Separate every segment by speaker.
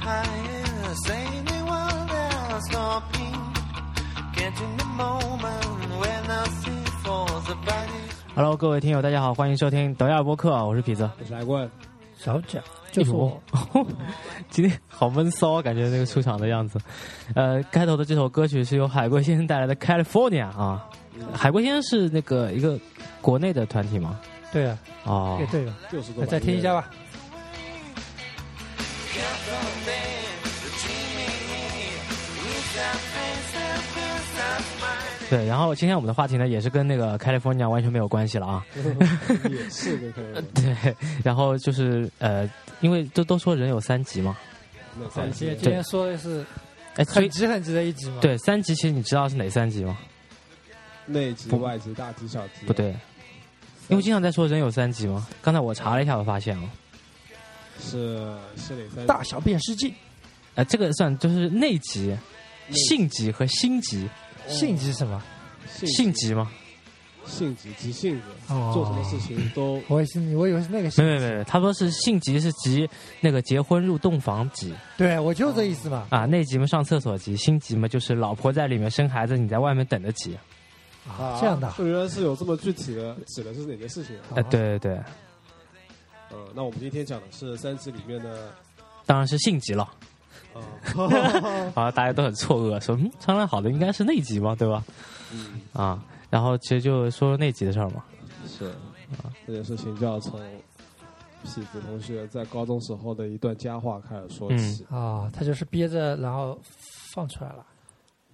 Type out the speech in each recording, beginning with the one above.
Speaker 1: higher. Same anyone there's no peak. Getting the moment when nothing falls about it.
Speaker 2: Hello，各位听友，大家好，欢迎收听德亚播客，我是痞子。哎
Speaker 3: 我是来棍，
Speaker 4: 小蒋就是我，
Speaker 2: 今天好闷骚，感觉那个出场的样子。呃，开头的这首歌曲是由海龟先生带来的《California》啊。海龟先生是那个一个国内的团体吗？
Speaker 4: 对啊，
Speaker 2: 哦
Speaker 4: 也，对了，
Speaker 3: 就是个
Speaker 4: 再听一下吧。
Speaker 2: 对。然后今天我们的话题呢，也是跟那个《California》完全没有关系了啊。
Speaker 3: 玩意儿， 也是个可以。
Speaker 2: 对。然后就是呃，因为都都说人有三急嘛，
Speaker 3: 那三
Speaker 4: 今
Speaker 3: 期
Speaker 4: 天今天说的是
Speaker 2: 哎，所
Speaker 4: 很
Speaker 2: 以
Speaker 4: 急很急的一集嘛，，
Speaker 2: 对三级，其实你知道是哪三级吗？
Speaker 3: 内急、外急、大急、小急。
Speaker 2: 不，对，因为经常在说人有三急嘛。刚才我查了一下，我发现啊，
Speaker 3: 是是哪三？
Speaker 4: 大小便失禁，
Speaker 2: 呃，这个算就是内急、
Speaker 3: 内
Speaker 2: 性急和心急，
Speaker 3: 哦
Speaker 4: 性急什么？
Speaker 2: 性急吗？
Speaker 3: 性急急性子，
Speaker 4: 哦
Speaker 3: 做什么事情都
Speaker 4: 我也是，我以为是那个性
Speaker 2: 没
Speaker 4: 急
Speaker 2: 有没有没有，他说是性急是急那个结婚入洞房急
Speaker 4: 对我就这意思嘛。
Speaker 2: 啊，内急嘛上厕所急，心急嘛就是老婆在里面生孩子，你在外面等着急。
Speaker 3: 啊
Speaker 4: 这样的啊
Speaker 3: 原来是有这么具体的，指的是哪件事情啊？
Speaker 4: 哦
Speaker 2: 呃，对对对，
Speaker 3: 嗯，那我们今天讲的是三级里面的，
Speaker 2: 当然是性急了。
Speaker 3: 呃，
Speaker 2: 啊，大家都很错愕，说嗯，商量好的应该是内急嘛，对吧？
Speaker 3: 嗯，
Speaker 2: 啊，然后其实就说内急的事儿嘛。
Speaker 3: 是这件事情就要从痞子同学在高中时候的一段佳话开始
Speaker 2: 嗯
Speaker 3: 说起。
Speaker 4: 啊，他就是憋着，然后放出来了，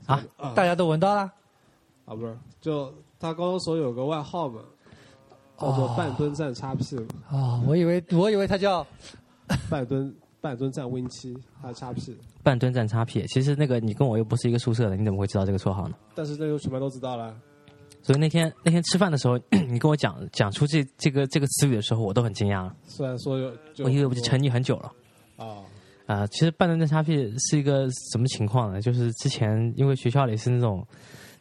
Speaker 3: 啊
Speaker 4: 大家都闻到了。
Speaker 3: 啊，不是，就他高中时候有个外号嘛，叫做
Speaker 4: 哦
Speaker 3: 半蹲站擦屁股，
Speaker 4: 啊，我以为我以为他叫
Speaker 3: 半蹲半蹲站 Win 七，他擦屁股，
Speaker 2: 半蹲站擦屁，其实那个你跟我又不是一个宿舍的，你怎么会知道这个绰号呢？
Speaker 3: 但是这就全班都知道了。
Speaker 2: 所以那天那天吃饭的时候， 你跟我讲讲出这这个这个词语的时候，我都很惊讶了，
Speaker 3: 虽然说有，就
Speaker 2: 我以为我就沉溺很久了。
Speaker 3: 啊，
Speaker 2: 啊、其实半蹲站擦屁是一个什么情况呢？就是之前因为学校里是那种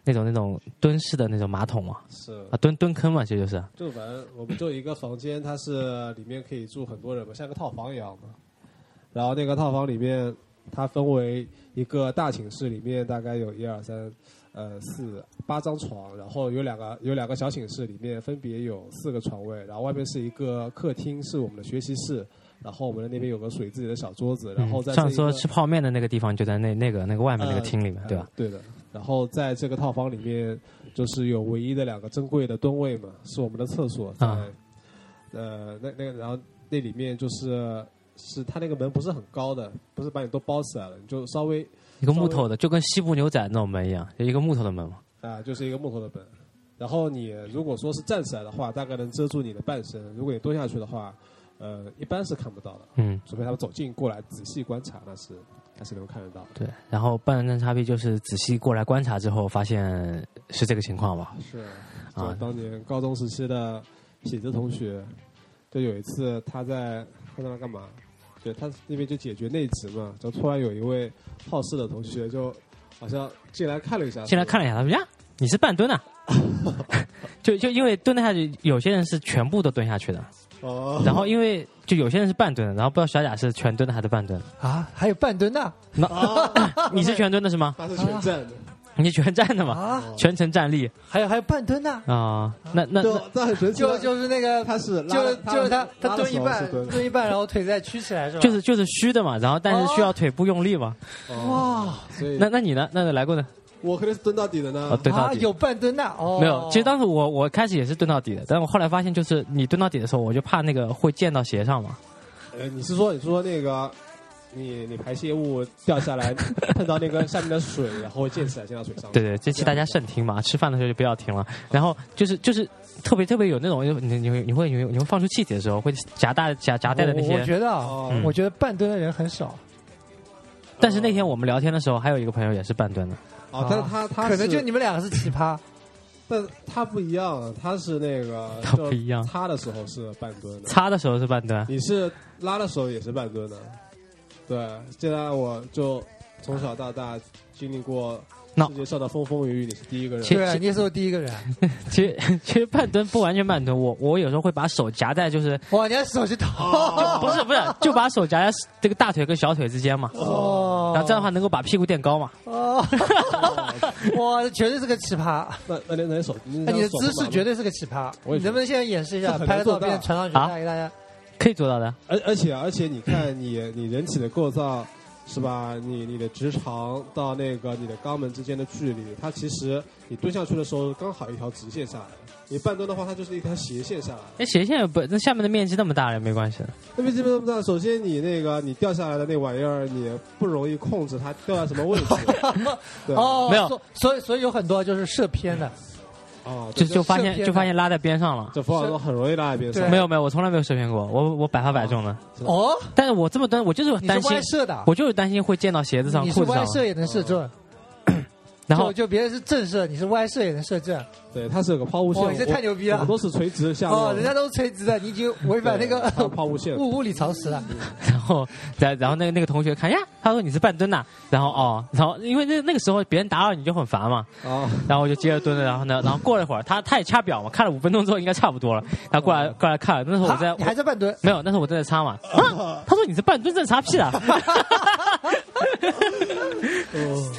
Speaker 2: 那种那种蹲式的那种马桶嘛，
Speaker 3: 是
Speaker 2: 啊蹲蹲坑嘛，这就是。
Speaker 3: 就反正我们就一个房间，它是里面可以住很多人嘛，像个套房一样的。然后那个套房里面，它分为一个大寝室，里面大概有一二三，呃四八张床，然后有两个有两个小寝室，里面分别有四个床位，然后外面是一个客厅，是我们的学习室，然后我们的那边有个属于自己的小桌子，然后在、
Speaker 2: 嗯、上次说吃泡面的那个地方就在那那个那个外面那个厅里面，对吧
Speaker 3: 呃？对的。然后在这个套房里面，就是有唯一的两个珍贵的蹲位嘛，是我们的厕所在。
Speaker 2: 啊
Speaker 3: 呃，那那个，然后那里面就是是它那个门不是很高的，不是把你都包起来了，你就稍微
Speaker 2: 一个木头的，就跟西部牛仔那种门一样，就一个木头的门嘛。
Speaker 3: 啊、就是一个木头的门。然后你如果说是站起来的话，大概能遮住你的半身；如果你蹲下去的话，呃，一般是看不到的，
Speaker 2: 嗯，
Speaker 3: 除非他们走近过来仔细观察，那是那是能看得到的。
Speaker 2: 对。然后半蹲站擦屁就是仔细过来观察之后，发现是这个情况吧？
Speaker 3: 是
Speaker 2: 啊
Speaker 3: 就当年高中时期的痞子同学，就有一次他在他在那干嘛？对他那边就解决内急嘛，就突然有一位好事的同学就好像进来看了一下，
Speaker 2: 进来看了一下，他说呀，你是半蹲 啊？就就因为蹲得下去，有些人是全部都蹲下去的，
Speaker 3: 哦，
Speaker 2: 然后因为就有些人是半蹲的，然后不知道小贾是全蹲的还是半蹲。
Speaker 4: 啊，还有半蹲呢
Speaker 2: 那、
Speaker 4: 哦
Speaker 2: 你是全蹲的是吗？
Speaker 3: 他是全站的，
Speaker 2: 你是全站的吗？
Speaker 4: 啊，
Speaker 2: 全程站立
Speaker 4: 还有还有半蹲呢，
Speaker 2: 啊、那那
Speaker 3: 就
Speaker 2: 那
Speaker 3: 那很神奇
Speaker 4: 就
Speaker 3: 的，
Speaker 4: 就是那个
Speaker 3: 他是拉
Speaker 4: 就就是他他
Speaker 3: 拉的
Speaker 4: 蹲一
Speaker 3: 时候
Speaker 4: 半
Speaker 3: 是蹲的
Speaker 4: 蹲一半，然后腿再屈起来是吧？
Speaker 2: 就是就是虚的嘛，然后但是需要腿部用力嘛。
Speaker 4: 哦
Speaker 3: 哇，哦所以
Speaker 2: 那那你呢？那来过呢？
Speaker 3: 我肯定是蹲到底的
Speaker 2: 哦，
Speaker 3: 呢，
Speaker 2: 蹲到
Speaker 4: 啊，
Speaker 2: 底。
Speaker 4: 有半蹲呢哦，
Speaker 2: 没有，其实当时我我开始也是蹲到底的，但我后来发现，就是你蹲到底的时候，我就怕那个会溅到鞋上嘛。
Speaker 3: 呃，你是说你说那个。你你排泄物掉下来， 碰到那个下面的水，然后溅起来溅到水上面。
Speaker 2: 对对，这期大家慎听嘛，吃饭的时候就不要听了。然后就是就是特别特别有那种，你你你会你会你会放出气体的时候，会夹带夹夹带的那
Speaker 4: 我我
Speaker 2: 些。
Speaker 4: 觉得啊，
Speaker 3: 哦，
Speaker 2: 嗯
Speaker 4: 我觉得半蹲的人很少，
Speaker 2: 但是那天我们聊天的时候，还有一个朋友也是半蹲的，
Speaker 3: 哦，但是他他
Speaker 4: 可能
Speaker 3: 是
Speaker 4: 就你们两个是奇葩。
Speaker 3: 但他不一样，他是那个
Speaker 2: 他不一样
Speaker 3: 就擦的时候是半蹲的，
Speaker 2: 擦的时候是半蹲。
Speaker 3: 你是拉的时候也是半蹲的。对，现在我就从小到大经历过
Speaker 2: No
Speaker 3: 世界上的风风雨雨，你是第一个人。
Speaker 2: 其
Speaker 4: 对啊，你也是我第一个人。
Speaker 2: 其实 其实半蹲不完全半蹲，我我有时候会把手夹在就是
Speaker 4: 哇，你还手机
Speaker 2: 就
Speaker 4: 头，
Speaker 2: 不是不是就把手夹在这个大腿跟小腿之间嘛，
Speaker 4: 哦，
Speaker 2: 然后这样的话能够把屁股垫高嘛。
Speaker 4: 哦，哇，绝对是个奇葩！
Speaker 3: 那那那那你手，你
Speaker 4: 哎，你的姿势绝
Speaker 3: 对，
Speaker 4: 对是个奇葩。
Speaker 3: 我也
Speaker 4: 你
Speaker 3: 觉得
Speaker 4: 能不能现在演示一
Speaker 3: 这
Speaker 4: 下，
Speaker 3: 很
Speaker 4: 拍
Speaker 3: 难
Speaker 4: 个
Speaker 3: 做
Speaker 4: 照
Speaker 3: 到
Speaker 4: 片传上去，
Speaker 2: 啊
Speaker 4: 大家给大 家？
Speaker 2: 可以做到的，
Speaker 3: 而而且而且你看你你人体的构造是吧？你你的直肠到那个你的肛门之间的距离，它其实你蹲下去的时候刚好一条直线下来，你半蹲的话它就是一条斜线下来。
Speaker 2: 那斜线也不那下面的面积那么大了，没关系的。
Speaker 3: 那边这边这么大，首先你那个你掉下来的那玩意儿，你不容易控制它掉在什 么位置。对
Speaker 4: 哦，
Speaker 2: 没有
Speaker 4: 所，所以所以有很多就是射偏的，
Speaker 3: 啊，
Speaker 2: 就
Speaker 3: 这
Speaker 2: 就发现
Speaker 4: 射偏的
Speaker 2: 就发现拉在边上了。
Speaker 3: 这冯小东很容易拉一边上
Speaker 4: 对。
Speaker 2: 没有没有，我从来没有射偏过，我我百发百中的。
Speaker 4: 哦，
Speaker 2: 但是我这么蹲，我就是
Speaker 4: 你
Speaker 2: 担
Speaker 4: 是
Speaker 2: 心
Speaker 4: 歪，射的啊，
Speaker 2: 我就是担心会溅到鞋子上、
Speaker 4: 你是
Speaker 2: 裤子
Speaker 4: 歪
Speaker 2: 上。
Speaker 4: 射也能射中，
Speaker 2: 然后
Speaker 4: 就就别人是正射，你是歪射也能射正，
Speaker 3: 对，它是有个抛物线。
Speaker 4: 哇，哦你这太牛逼了
Speaker 3: 我！都是垂直下落。
Speaker 4: 哦，人家都是垂直的，你已经违反那个
Speaker 3: 对抛物线
Speaker 4: 物物理常识了。
Speaker 2: 然后然然后那个那个同学看呀，他说你是半蹲呐、然后哦，然后因为那那个时候别人打扰你就很烦嘛，
Speaker 3: 啊，
Speaker 2: 然后我就接着蹲着，然后呢，然后过了一会儿他他也掐表嘛，看了五分钟之后应该差不多了，然后过来过来看了，那时候我在
Speaker 4: 啊哦你还哦在半蹲，
Speaker 2: 没有，那时候我正在擦嘛，啊，他说你是半蹲正擦屁的，
Speaker 3: 嗯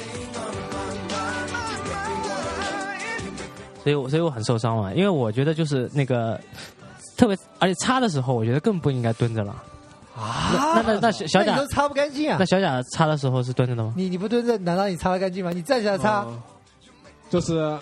Speaker 2: 所以我所以我很受伤嘛，因为我觉得就是那个特别，而且擦的时候我觉得更不应该蹲着了啊，那那那小小
Speaker 4: 那
Speaker 2: 贾
Speaker 4: 你都擦不干净啊
Speaker 2: 那！小贾擦的时候是蹲着的吗？
Speaker 4: 你你不蹲着，难道你擦得干净吗？你站起来擦，
Speaker 3: 啊就是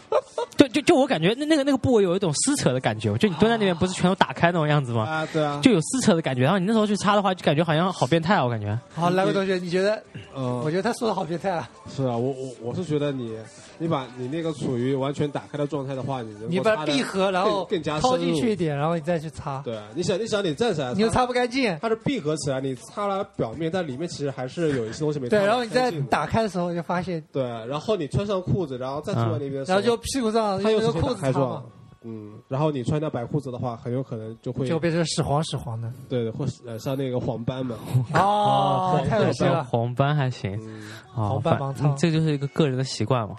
Speaker 2: 对，就就我感觉那那个那个部位有一种撕扯的感觉，就你蹲在那边不是全都打开那种样子吗？
Speaker 3: 啊，对啊，
Speaker 2: 就有撕扯的感觉，然后你那时候去擦的话，就感觉好像好变态啊！我感觉
Speaker 4: 好，来位同学，你觉得？我
Speaker 3: 嗯，
Speaker 4: 觉得他说的好变态啊！
Speaker 3: 是啊，我我我是觉得你，你把你那个处于完全打开的状态的话，你能够
Speaker 4: 你把
Speaker 3: 擦
Speaker 4: 它
Speaker 3: 得
Speaker 4: 闭合，然后
Speaker 3: 更更加深
Speaker 4: 掏
Speaker 3: 入
Speaker 4: 进去一。点，然后你再去擦，
Speaker 3: 对啊，你想你想你站起来，
Speaker 4: 你又擦不干净。
Speaker 3: 它是闭合起来，你擦了表面，但里面其实还是有一些东西没擦
Speaker 4: 对，
Speaker 3: 干净的。
Speaker 4: 然后你再打开的时候就发现，
Speaker 3: 对，然后你穿上裤子，然后再坐在
Speaker 2: 啊
Speaker 3: 那边的时
Speaker 4: 然
Speaker 3: 候，
Speaker 4: 后就屁股上
Speaker 3: 它
Speaker 4: 用
Speaker 3: 又
Speaker 4: 那个
Speaker 3: 是
Speaker 4: 裤子擦嘛
Speaker 3: 状，，嗯，然后你穿条白裤子的话，很有可能就会
Speaker 4: 就变成屎黄屎黄 的。
Speaker 3: 对，或是呃像那个黄斑嘛，
Speaker 4: 哦，太恶心了。
Speaker 2: 红斑还行，
Speaker 3: 嗯，
Speaker 2: 哦
Speaker 4: 红斑
Speaker 2: 反
Speaker 4: 盲操
Speaker 2: 嗯这就是一个个人的习惯嘛。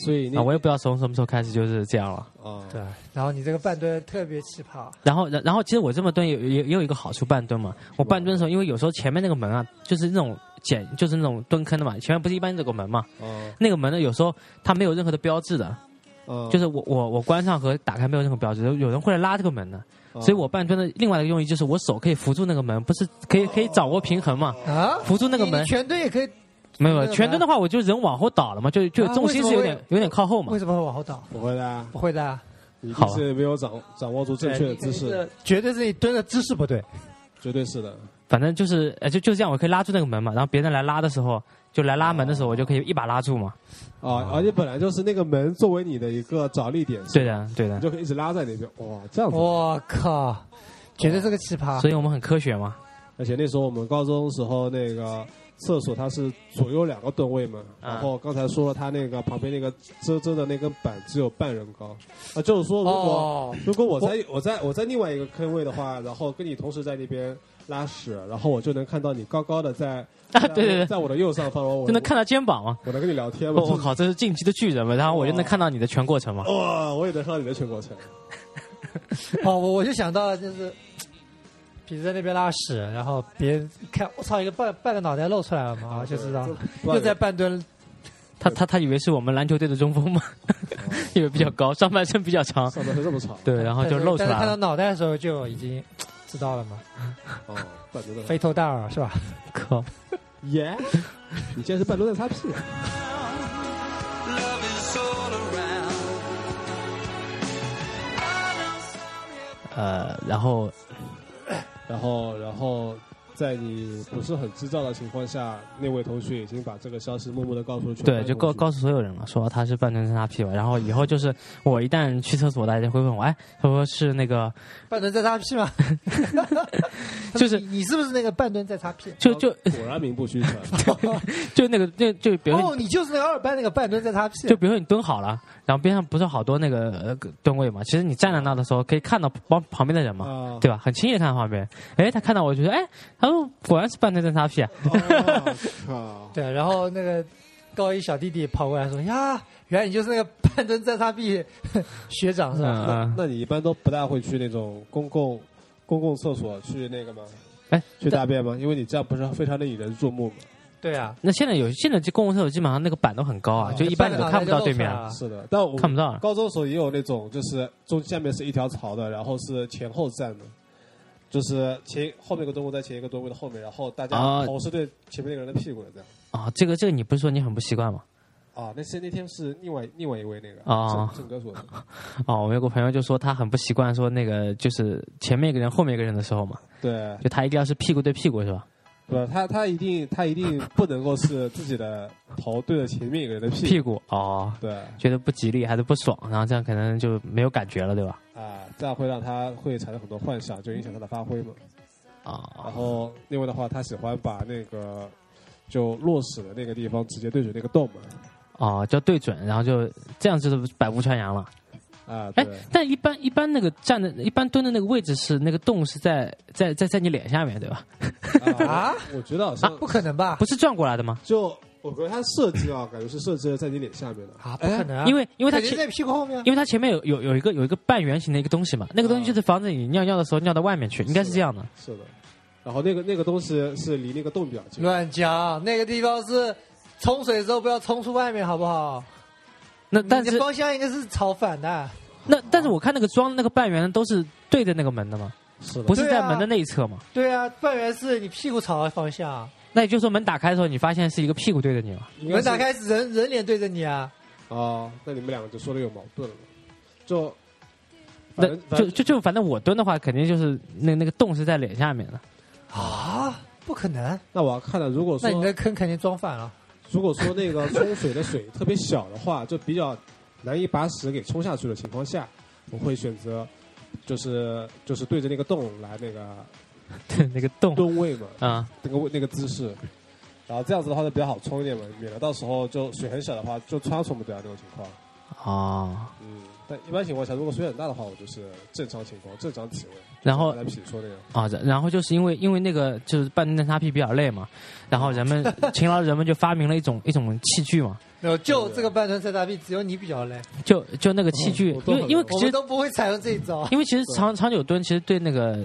Speaker 3: 所以那
Speaker 2: 啊，我也不知道从什么时候开始就是这样了。
Speaker 3: 啊，
Speaker 4: 对，然后你这个半蹲特别奇葩，
Speaker 2: 然后，然然后，其实我这么蹲也也也有一个好处，半蹲嘛。我半蹲的时候，因为有时候前面那个门啊，就是那种简，就是那种蹲坑的嘛。前面不是一般有个门嘛？
Speaker 3: 啊
Speaker 2: 那个门呢，有时候它没有任何的标志的，
Speaker 3: 啊，
Speaker 2: 就是我我我关上和打开没有任何标志，有有人会来拉这个门的。
Speaker 3: 啊
Speaker 2: 所以我半蹲的另外一个用意就是我手可以扶住那个门，不是可以可以掌握平衡嘛？
Speaker 4: 啊，
Speaker 2: 扶住那个
Speaker 4: 你
Speaker 2: 门
Speaker 4: 你，全蹲也可以，
Speaker 2: 没有
Speaker 4: 那个
Speaker 2: 没有全蹲
Speaker 4: 门
Speaker 2: 的话，我就人往后倒了嘛，就就
Speaker 4: 啊
Speaker 2: 重心
Speaker 4: 为什么
Speaker 2: 是有
Speaker 4: 会
Speaker 2: 点有点靠后嘛
Speaker 4: 为。什么会往后倒？
Speaker 3: 不会的啊，
Speaker 4: 不会的啊，
Speaker 3: 你一
Speaker 2: 好
Speaker 3: 定
Speaker 2: 吧
Speaker 3: 是没有掌掌握住正确的姿势，，
Speaker 4: 绝对是你蹲的姿势不对。
Speaker 3: 绝对是的。
Speaker 2: 反正就是呃就就这样，我可以拉住那个门嘛。然后别人来拉的时候，就来拉门的时候，我就可以一把拉住嘛。
Speaker 3: 啊，而且本来就是那个门作为你的一个着力点，
Speaker 2: 对的，对的
Speaker 3: 你。就可以一直拉在那边。哇，这样子。
Speaker 4: 我靠，绝对是个奇葩。
Speaker 2: 所以我们很科学嘛。
Speaker 3: 而且那时候我们高中时候那个厕所它是左右两个蹲位嘛，
Speaker 2: 嗯
Speaker 3: 然后刚才说了它那个旁边那个遮遮的那根板只有半人高，啊，就是说如果、
Speaker 4: 哦，
Speaker 3: 如果我在我在我在另外一个坑位的话，然后跟你同时在那边拉屎，然后我就能看到你高高的在
Speaker 2: 啊， 对对对，
Speaker 3: 在我的右上方，我
Speaker 2: 就能看到肩膀嘛。
Speaker 3: 我能跟你聊天嘛，
Speaker 2: 我我靠，这是进击的巨人嘛。然后我就能
Speaker 3: 哇
Speaker 2: 看到你的全过程嘛。
Speaker 3: 哇，我也能看到你的全过程，
Speaker 4: 哦，我我就想到了，就是别人在那边拉屎，然后别人一看，我操，一个半半个脑袋露出来了
Speaker 2: 啊
Speaker 4: 嘛，就知道了，又在半蹲，
Speaker 2: 他他他以为是我们篮球队的中锋嘛， 因为比较高，上半身比较长。
Speaker 3: 上半身这么长，
Speaker 2: 对，然后啊就
Speaker 4: 嗯但是
Speaker 2: 露出
Speaker 4: 但是
Speaker 2: 来
Speaker 4: 看到
Speaker 2: 了。
Speaker 4: 脑袋的时候就已经知道了嘛，
Speaker 3: 哦，半蹲 的，
Speaker 4: 肥头大耳是吧？
Speaker 2: 靠，
Speaker 3: 耶，你竟然是半蹲在擦屁，啊
Speaker 1: Love is all around.
Speaker 2: 呃，然后
Speaker 3: 然后然后。在你不是很知道的情况下，那位同学已经把这个消息默默的告诉了全班
Speaker 2: 对，就告
Speaker 3: 同学
Speaker 2: 告诉所有人了，说他是半蹲三叉屁吧。然后以后就是我一旦去厕所，大家会问我，哎，他说是那个，
Speaker 4: 半蹲在擦屁嘛，
Speaker 2: 就是
Speaker 4: 你你是不是那个半蹲在擦屁？
Speaker 2: 就 就
Speaker 3: 果然名不 虚传，
Speaker 2: 就那个就就比如说
Speaker 4: 哦，你就是那个二班那个半蹲在擦屁，
Speaker 2: 就比如说你蹲好了，然后边上不是好多那个呃蹲位嘛，其实你站在那的时候可以看到旁旁边的人
Speaker 4: 嗯
Speaker 2: 嘛，
Speaker 3: 啊
Speaker 2: 对吧？很轻易的看到旁边，哎，他看到我 就说，哎，他说果然是半蹲正叉屁啊，
Speaker 3: 哦靠
Speaker 4: 对，然后那个高一小弟弟跑过来说：“呀，原来你就是那个 半蹲在擦壁学长是吧？”
Speaker 2: 嗯嗯，
Speaker 3: 那你一般都不大会去那种公共公共厕所去那个吗？
Speaker 2: 哎，
Speaker 3: 去大便吗？因为你这样不是非常的引人注目吗？
Speaker 4: 对啊，
Speaker 2: 那现在有现在这公共厕所基本上那个板都很高啊，
Speaker 4: 哦
Speaker 2: 就一般你都看不到对面，
Speaker 4: 半个脑袋就露出来了
Speaker 3: 是的，但我
Speaker 2: 看不到啊。
Speaker 3: 高中时候也有那种，就是中下面是一条槽的，然后是前后站的，就是前后面一个蹲位在前一个蹲位的后面，然后大
Speaker 2: 啊
Speaker 3: 家头是对前面那个人的屁股的这样。
Speaker 2: 啊，这个这个你不是说你很不习惯吗？
Speaker 3: 啊，那是那天是另外另外一位那个
Speaker 2: 啊
Speaker 3: 郑郑哥说的，
Speaker 2: 哦，我有个朋友就说他很不习惯说那个就是前面一个人后面一个人的时候嘛，
Speaker 3: 对，
Speaker 2: 就他一定要是屁股对屁股是吧？
Speaker 3: 不，他他一定他一定不能够是自己的头对着前面一个人的屁
Speaker 2: 屁
Speaker 3: 股，
Speaker 2: 股哦，
Speaker 3: 对，
Speaker 2: 觉得不吉利还是不爽，然后这样可能就没有感觉了，对吧？
Speaker 3: 啊，这样会让他会产生很多幻想，就影响他的发挥嘛。然
Speaker 2: 啊、
Speaker 3: 后另外的话，他喜欢把那个就落屎的那个地方直接对准那个洞嘛，
Speaker 2: 哦，就要对准，然后就这样就是百步穿杨了。
Speaker 3: 啊，
Speaker 2: 哎
Speaker 3: 对，，
Speaker 2: 但一般一般那个站的，一般蹲的那个位置是那个洞是在在在在你脸下面对吧？
Speaker 3: 啊
Speaker 4: 啊，
Speaker 3: 我我觉得好
Speaker 4: 啊
Speaker 3: 像，
Speaker 4: 不可能吧？
Speaker 2: 不是转过来的吗？
Speaker 3: 就我觉得他设计啊，感觉是设计的在你脸下面的，
Speaker 4: 啊，不可能啊！
Speaker 2: 哎因为因为它
Speaker 4: 肯定
Speaker 2: 前
Speaker 4: 在屁股后面啊。
Speaker 2: 因为它前面有有有一个有一个半圆形的一个东西嘛，那个东西就是防止你尿尿的时候尿到外面去，应该是这样的。
Speaker 3: 啊是的。然后那个那个东西是离那个洞比较近，
Speaker 4: 乱讲，那个地方是冲水的时候不要冲出外面，好不好？
Speaker 2: 那但
Speaker 4: 你
Speaker 2: 是
Speaker 4: 的方向应该是朝反的，
Speaker 2: 那但是我看那个装那个半圆的都是对着那个门的嘛，
Speaker 3: 是的
Speaker 2: 不，是在
Speaker 4: 对啊
Speaker 2: 门的那一侧嘛？
Speaker 4: 对啊，半圆是你屁股朝的方向，
Speaker 2: 那也就是说门打开的时候，你发现是一个屁股对着你嘛？
Speaker 3: 应该
Speaker 4: 门
Speaker 3: 是
Speaker 4: 打开是人人脸对着你啊，
Speaker 3: 啊，那你们两个就说的有矛盾了，就
Speaker 2: 那
Speaker 3: 反
Speaker 2: 就
Speaker 3: 正
Speaker 2: 就就反正我蹲的话，肯定就是那那个洞是在脸下面的。
Speaker 4: 啊，不可能，
Speaker 3: 那我要看了，如果
Speaker 4: 那
Speaker 3: 说
Speaker 4: 你的坑肯定装反了。
Speaker 3: 如果说那个冲水的水特别小的话，就比较难以把屎给冲下去的情况下， 我会选择就是就是对着那个洞来那个
Speaker 2: 对， 那个洞
Speaker 3: 蹲位嘛，
Speaker 2: 啊、
Speaker 3: 那个位那个姿势，然后这样子的话就比较好冲一点嘛，免得到时候就水很小的话就穿冲不掉那种情况。
Speaker 2: 哦，
Speaker 3: 嗯，但一般情况下，如果水很大的话，我就是正常情况，正常体位。
Speaker 2: 然后
Speaker 3: 来匹说那个，
Speaker 2: 啊，然然后就是因为因为那个就是半蹲擦屁比较累嘛，然后人们勤劳人们就发明了一种一 种器具嘛，
Speaker 4: 没有，就这个半蹲塞大臂，只有你比较累，
Speaker 2: 就就那个器具，
Speaker 3: 我都
Speaker 2: 因为
Speaker 3: 很
Speaker 2: 因为
Speaker 4: 我
Speaker 2: 其
Speaker 4: 们
Speaker 2: 实
Speaker 4: 都不会采用这一招。
Speaker 2: 因为其实长长久蹲其实对那个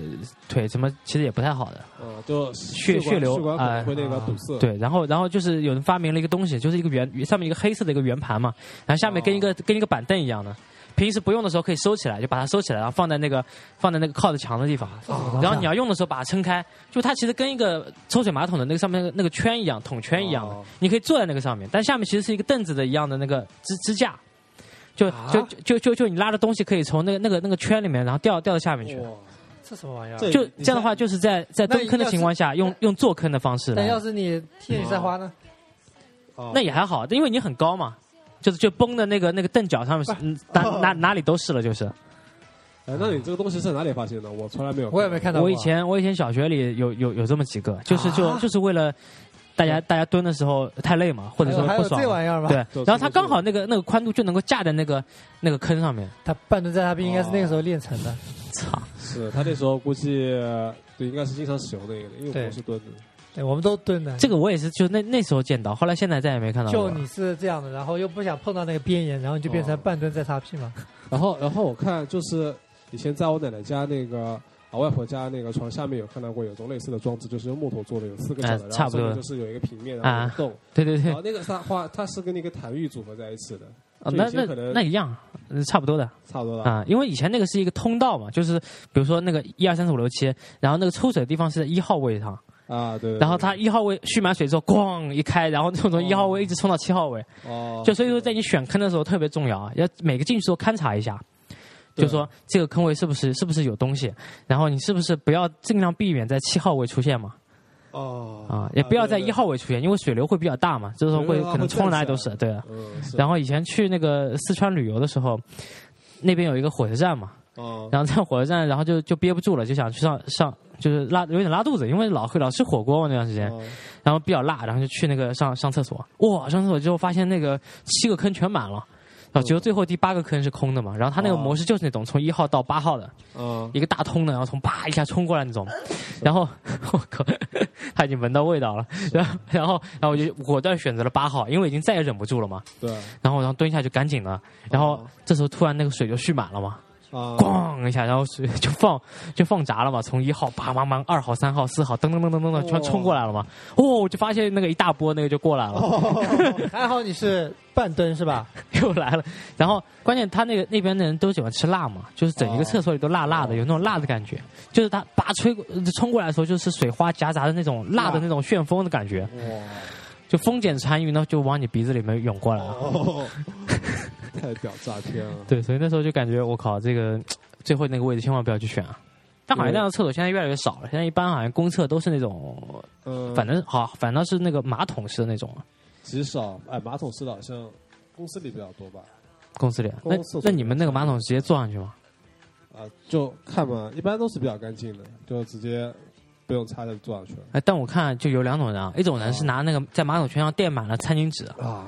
Speaker 2: 腿什么其实也不太好的，
Speaker 3: 嗯，就
Speaker 2: 血
Speaker 3: 管
Speaker 2: 血流
Speaker 3: 血管可
Speaker 2: 哎
Speaker 3: 能会那个堵塞。
Speaker 2: 对。然后然后就是有人发明了一个东西，就是一个圆上面一个黑色的一个圆盘嘛，然后下面跟一
Speaker 4: 哦
Speaker 2: 个、跟一个板凳一样的。平时不用的时候可以收起来，就把它收起来，然后放在那个放在那个靠着墙的地方。
Speaker 4: 哦
Speaker 2: 然后你要用的时候把它撑开，就它其实跟一个抽水马桶的那个上面那个那个圈一样，桶圈一样的，
Speaker 3: 哦
Speaker 2: 你可以坐在那个上面，但下面其实是一个凳子的一样的那个支支架，就
Speaker 4: 啊
Speaker 2: 就就就就就你拉着东西可以从那个那个那个圈里面，然后掉掉到下面
Speaker 4: 哦
Speaker 2: 去。
Speaker 3: 哇，
Speaker 4: 这什么玩意
Speaker 3: 这
Speaker 4: 儿？
Speaker 2: 就
Speaker 3: 你
Speaker 2: 这样的话，就是在在蹲坑的情况下，用用坐坑的方式
Speaker 4: 但
Speaker 2: 来，
Speaker 4: 要是你踢女赛花呢？
Speaker 3: 啊
Speaker 2: 哦那也还好，因为你很高嘛，就是就崩的那个那个凳脚上面是，嗯哪
Speaker 4: 哦
Speaker 2: 哪哪里都是了，就是。
Speaker 3: 哎，那你这个东西是哪里发现的？我从来没有，
Speaker 4: 我也没看到过。
Speaker 2: 我以前我以前小学里有有有这么几个，就是就
Speaker 4: 啊
Speaker 2: 就是为了大家大家蹲的时候太累嘛，或
Speaker 4: 还
Speaker 2: 者
Speaker 4: 有
Speaker 2: 说
Speaker 4: 哎还
Speaker 2: 不
Speaker 4: 有这
Speaker 2: 爽。
Speaker 4: 玩意儿吗？
Speaker 2: 对，
Speaker 3: 走
Speaker 2: 然后它
Speaker 3: 这个
Speaker 2: 刚好那个那个宽度就能够架在那个那个坑上面，
Speaker 4: 他半蹲塞大臂应该是那个时候练成
Speaker 2: 哦
Speaker 4: 的。
Speaker 2: 操！
Speaker 3: 是他那时候估计对，应该是经常使用那个的，因为我
Speaker 4: 对
Speaker 3: 们是蹲的。
Speaker 4: 对，我们都蹲的。
Speaker 2: 这个我也是就那那时候见到，后来现在再也没看到过
Speaker 4: 就
Speaker 2: 了。
Speaker 4: 你是这样的，然后又不想碰到那个边沿，然后你就变成半蹲在擦 屁嘛。
Speaker 3: 然后，然后我看就是以前在我奶奶家那个啊外婆家那个床下面有看到过有种类似的装置，就是用木头做的，有四个角的，
Speaker 2: 哎
Speaker 3: 然
Speaker 2: 差
Speaker 3: 后
Speaker 2: 不多
Speaker 3: 上
Speaker 2: 啊
Speaker 3: 面就是有一个平面，然后有 个洞，
Speaker 2: 对对对
Speaker 3: 然，后那个它花它是跟那个痰盂组合在一起的，
Speaker 2: 哦
Speaker 3: 就
Speaker 2: 那
Speaker 3: 以
Speaker 2: 那
Speaker 3: 前可能
Speaker 2: 那一样，嗯差不多的。
Speaker 3: 差不多了。
Speaker 2: 啊、因为以前那个是一个通道嘛，就是比如说那个一二三四五六七，然后那个抽水的地方是在一号位上，
Speaker 3: 啊，对。对
Speaker 2: 然后
Speaker 3: 对
Speaker 2: 它一号位蓄满水之后，咣一开，然后就从一号位一直冲到七号位，
Speaker 3: 哦，
Speaker 2: 就所以说在你选坑的时候特别重要啊，要每个进去之后勘察一下。就说这个坑位是不是是不是有东西，然后你是不是不要尽量避免在七号位出现嘛？
Speaker 3: 哦
Speaker 2: 啊，也不要在
Speaker 3: 对对
Speaker 2: 一号位出现，因为水流会比较大嘛，就是说会
Speaker 3: 水流啊
Speaker 2: 可能
Speaker 3: 会
Speaker 2: 冲哪里都是
Speaker 3: 溅起来
Speaker 2: 对啊。
Speaker 3: 嗯，是
Speaker 2: 然后以前去那个四川旅游的时候，那边有一个火车站嘛，
Speaker 3: 哦，
Speaker 2: 然后在火车站，然后就就憋不住了，就想去上上，就是拉有点拉肚子，因为老会老吃火锅嘛那段时间，
Speaker 3: 哦
Speaker 2: 然后比较辣，然后就去那个上上厕所，哇，上厕所之后发现那个七个坑全满了。啊，只有最后第八个坑是空的嘛，然后他那个模式就是那种从一号到八号的
Speaker 3: 哦
Speaker 2: 一个大通的，然后从啪一下冲过来那种，然后 我靠，他已经闻到味道了。然后，然后，然后我就果断选择了八号，因为已经再也忍不住了嘛。
Speaker 3: 对
Speaker 2: 然后，然后蹲下去赶紧的，然后
Speaker 3: 哦
Speaker 2: 这时候突然那个水就蓄满了嘛，
Speaker 3: 啊，
Speaker 2: 咣一下，然后水就放就放闸了嘛，从一号啪啪啪，二号、三号、四号，噔噔噔噔噔噔，全冲过来了嘛。哦，我就发现那个一大波那个就过来了，
Speaker 3: 哦
Speaker 4: 哦还好你是半蹲是吧？
Speaker 2: 又来了。然后关键他那个那边的人都喜欢吃辣嘛，就是整一个
Speaker 3: 哦
Speaker 2: 厕所里都辣辣的，有那种辣的感觉。就是他拔吹过冲过来的时候，就是水花夹杂的那种辣的那种旋风的感觉，
Speaker 3: 哇，
Speaker 2: 就风卷残云呢，就往你鼻子里面涌过来了。
Speaker 3: 哦，太屌炸天了！
Speaker 2: 对，所以那时候就感觉我靠，这个最后那个位置千万不要去选啊。但好像那样的厕所现在越来越少了，现在一般好像公厕都是那种，
Speaker 3: 嗯，
Speaker 2: 反正好，反倒是那个马桶式的那种啊
Speaker 3: 极少，哎，马桶式的好像公司里比较多吧？
Speaker 2: 公司里啊。那
Speaker 3: 公厕所
Speaker 2: 那你们那个马桶直接坐上去吗？
Speaker 3: 啊，就看嘛，一般都是比较干净的，就直接不用擦就坐上去了。
Speaker 2: 哎，但我看就有两种人，啊，一种人是拿那个在马桶圈上垫满了餐巾纸，
Speaker 3: 啊，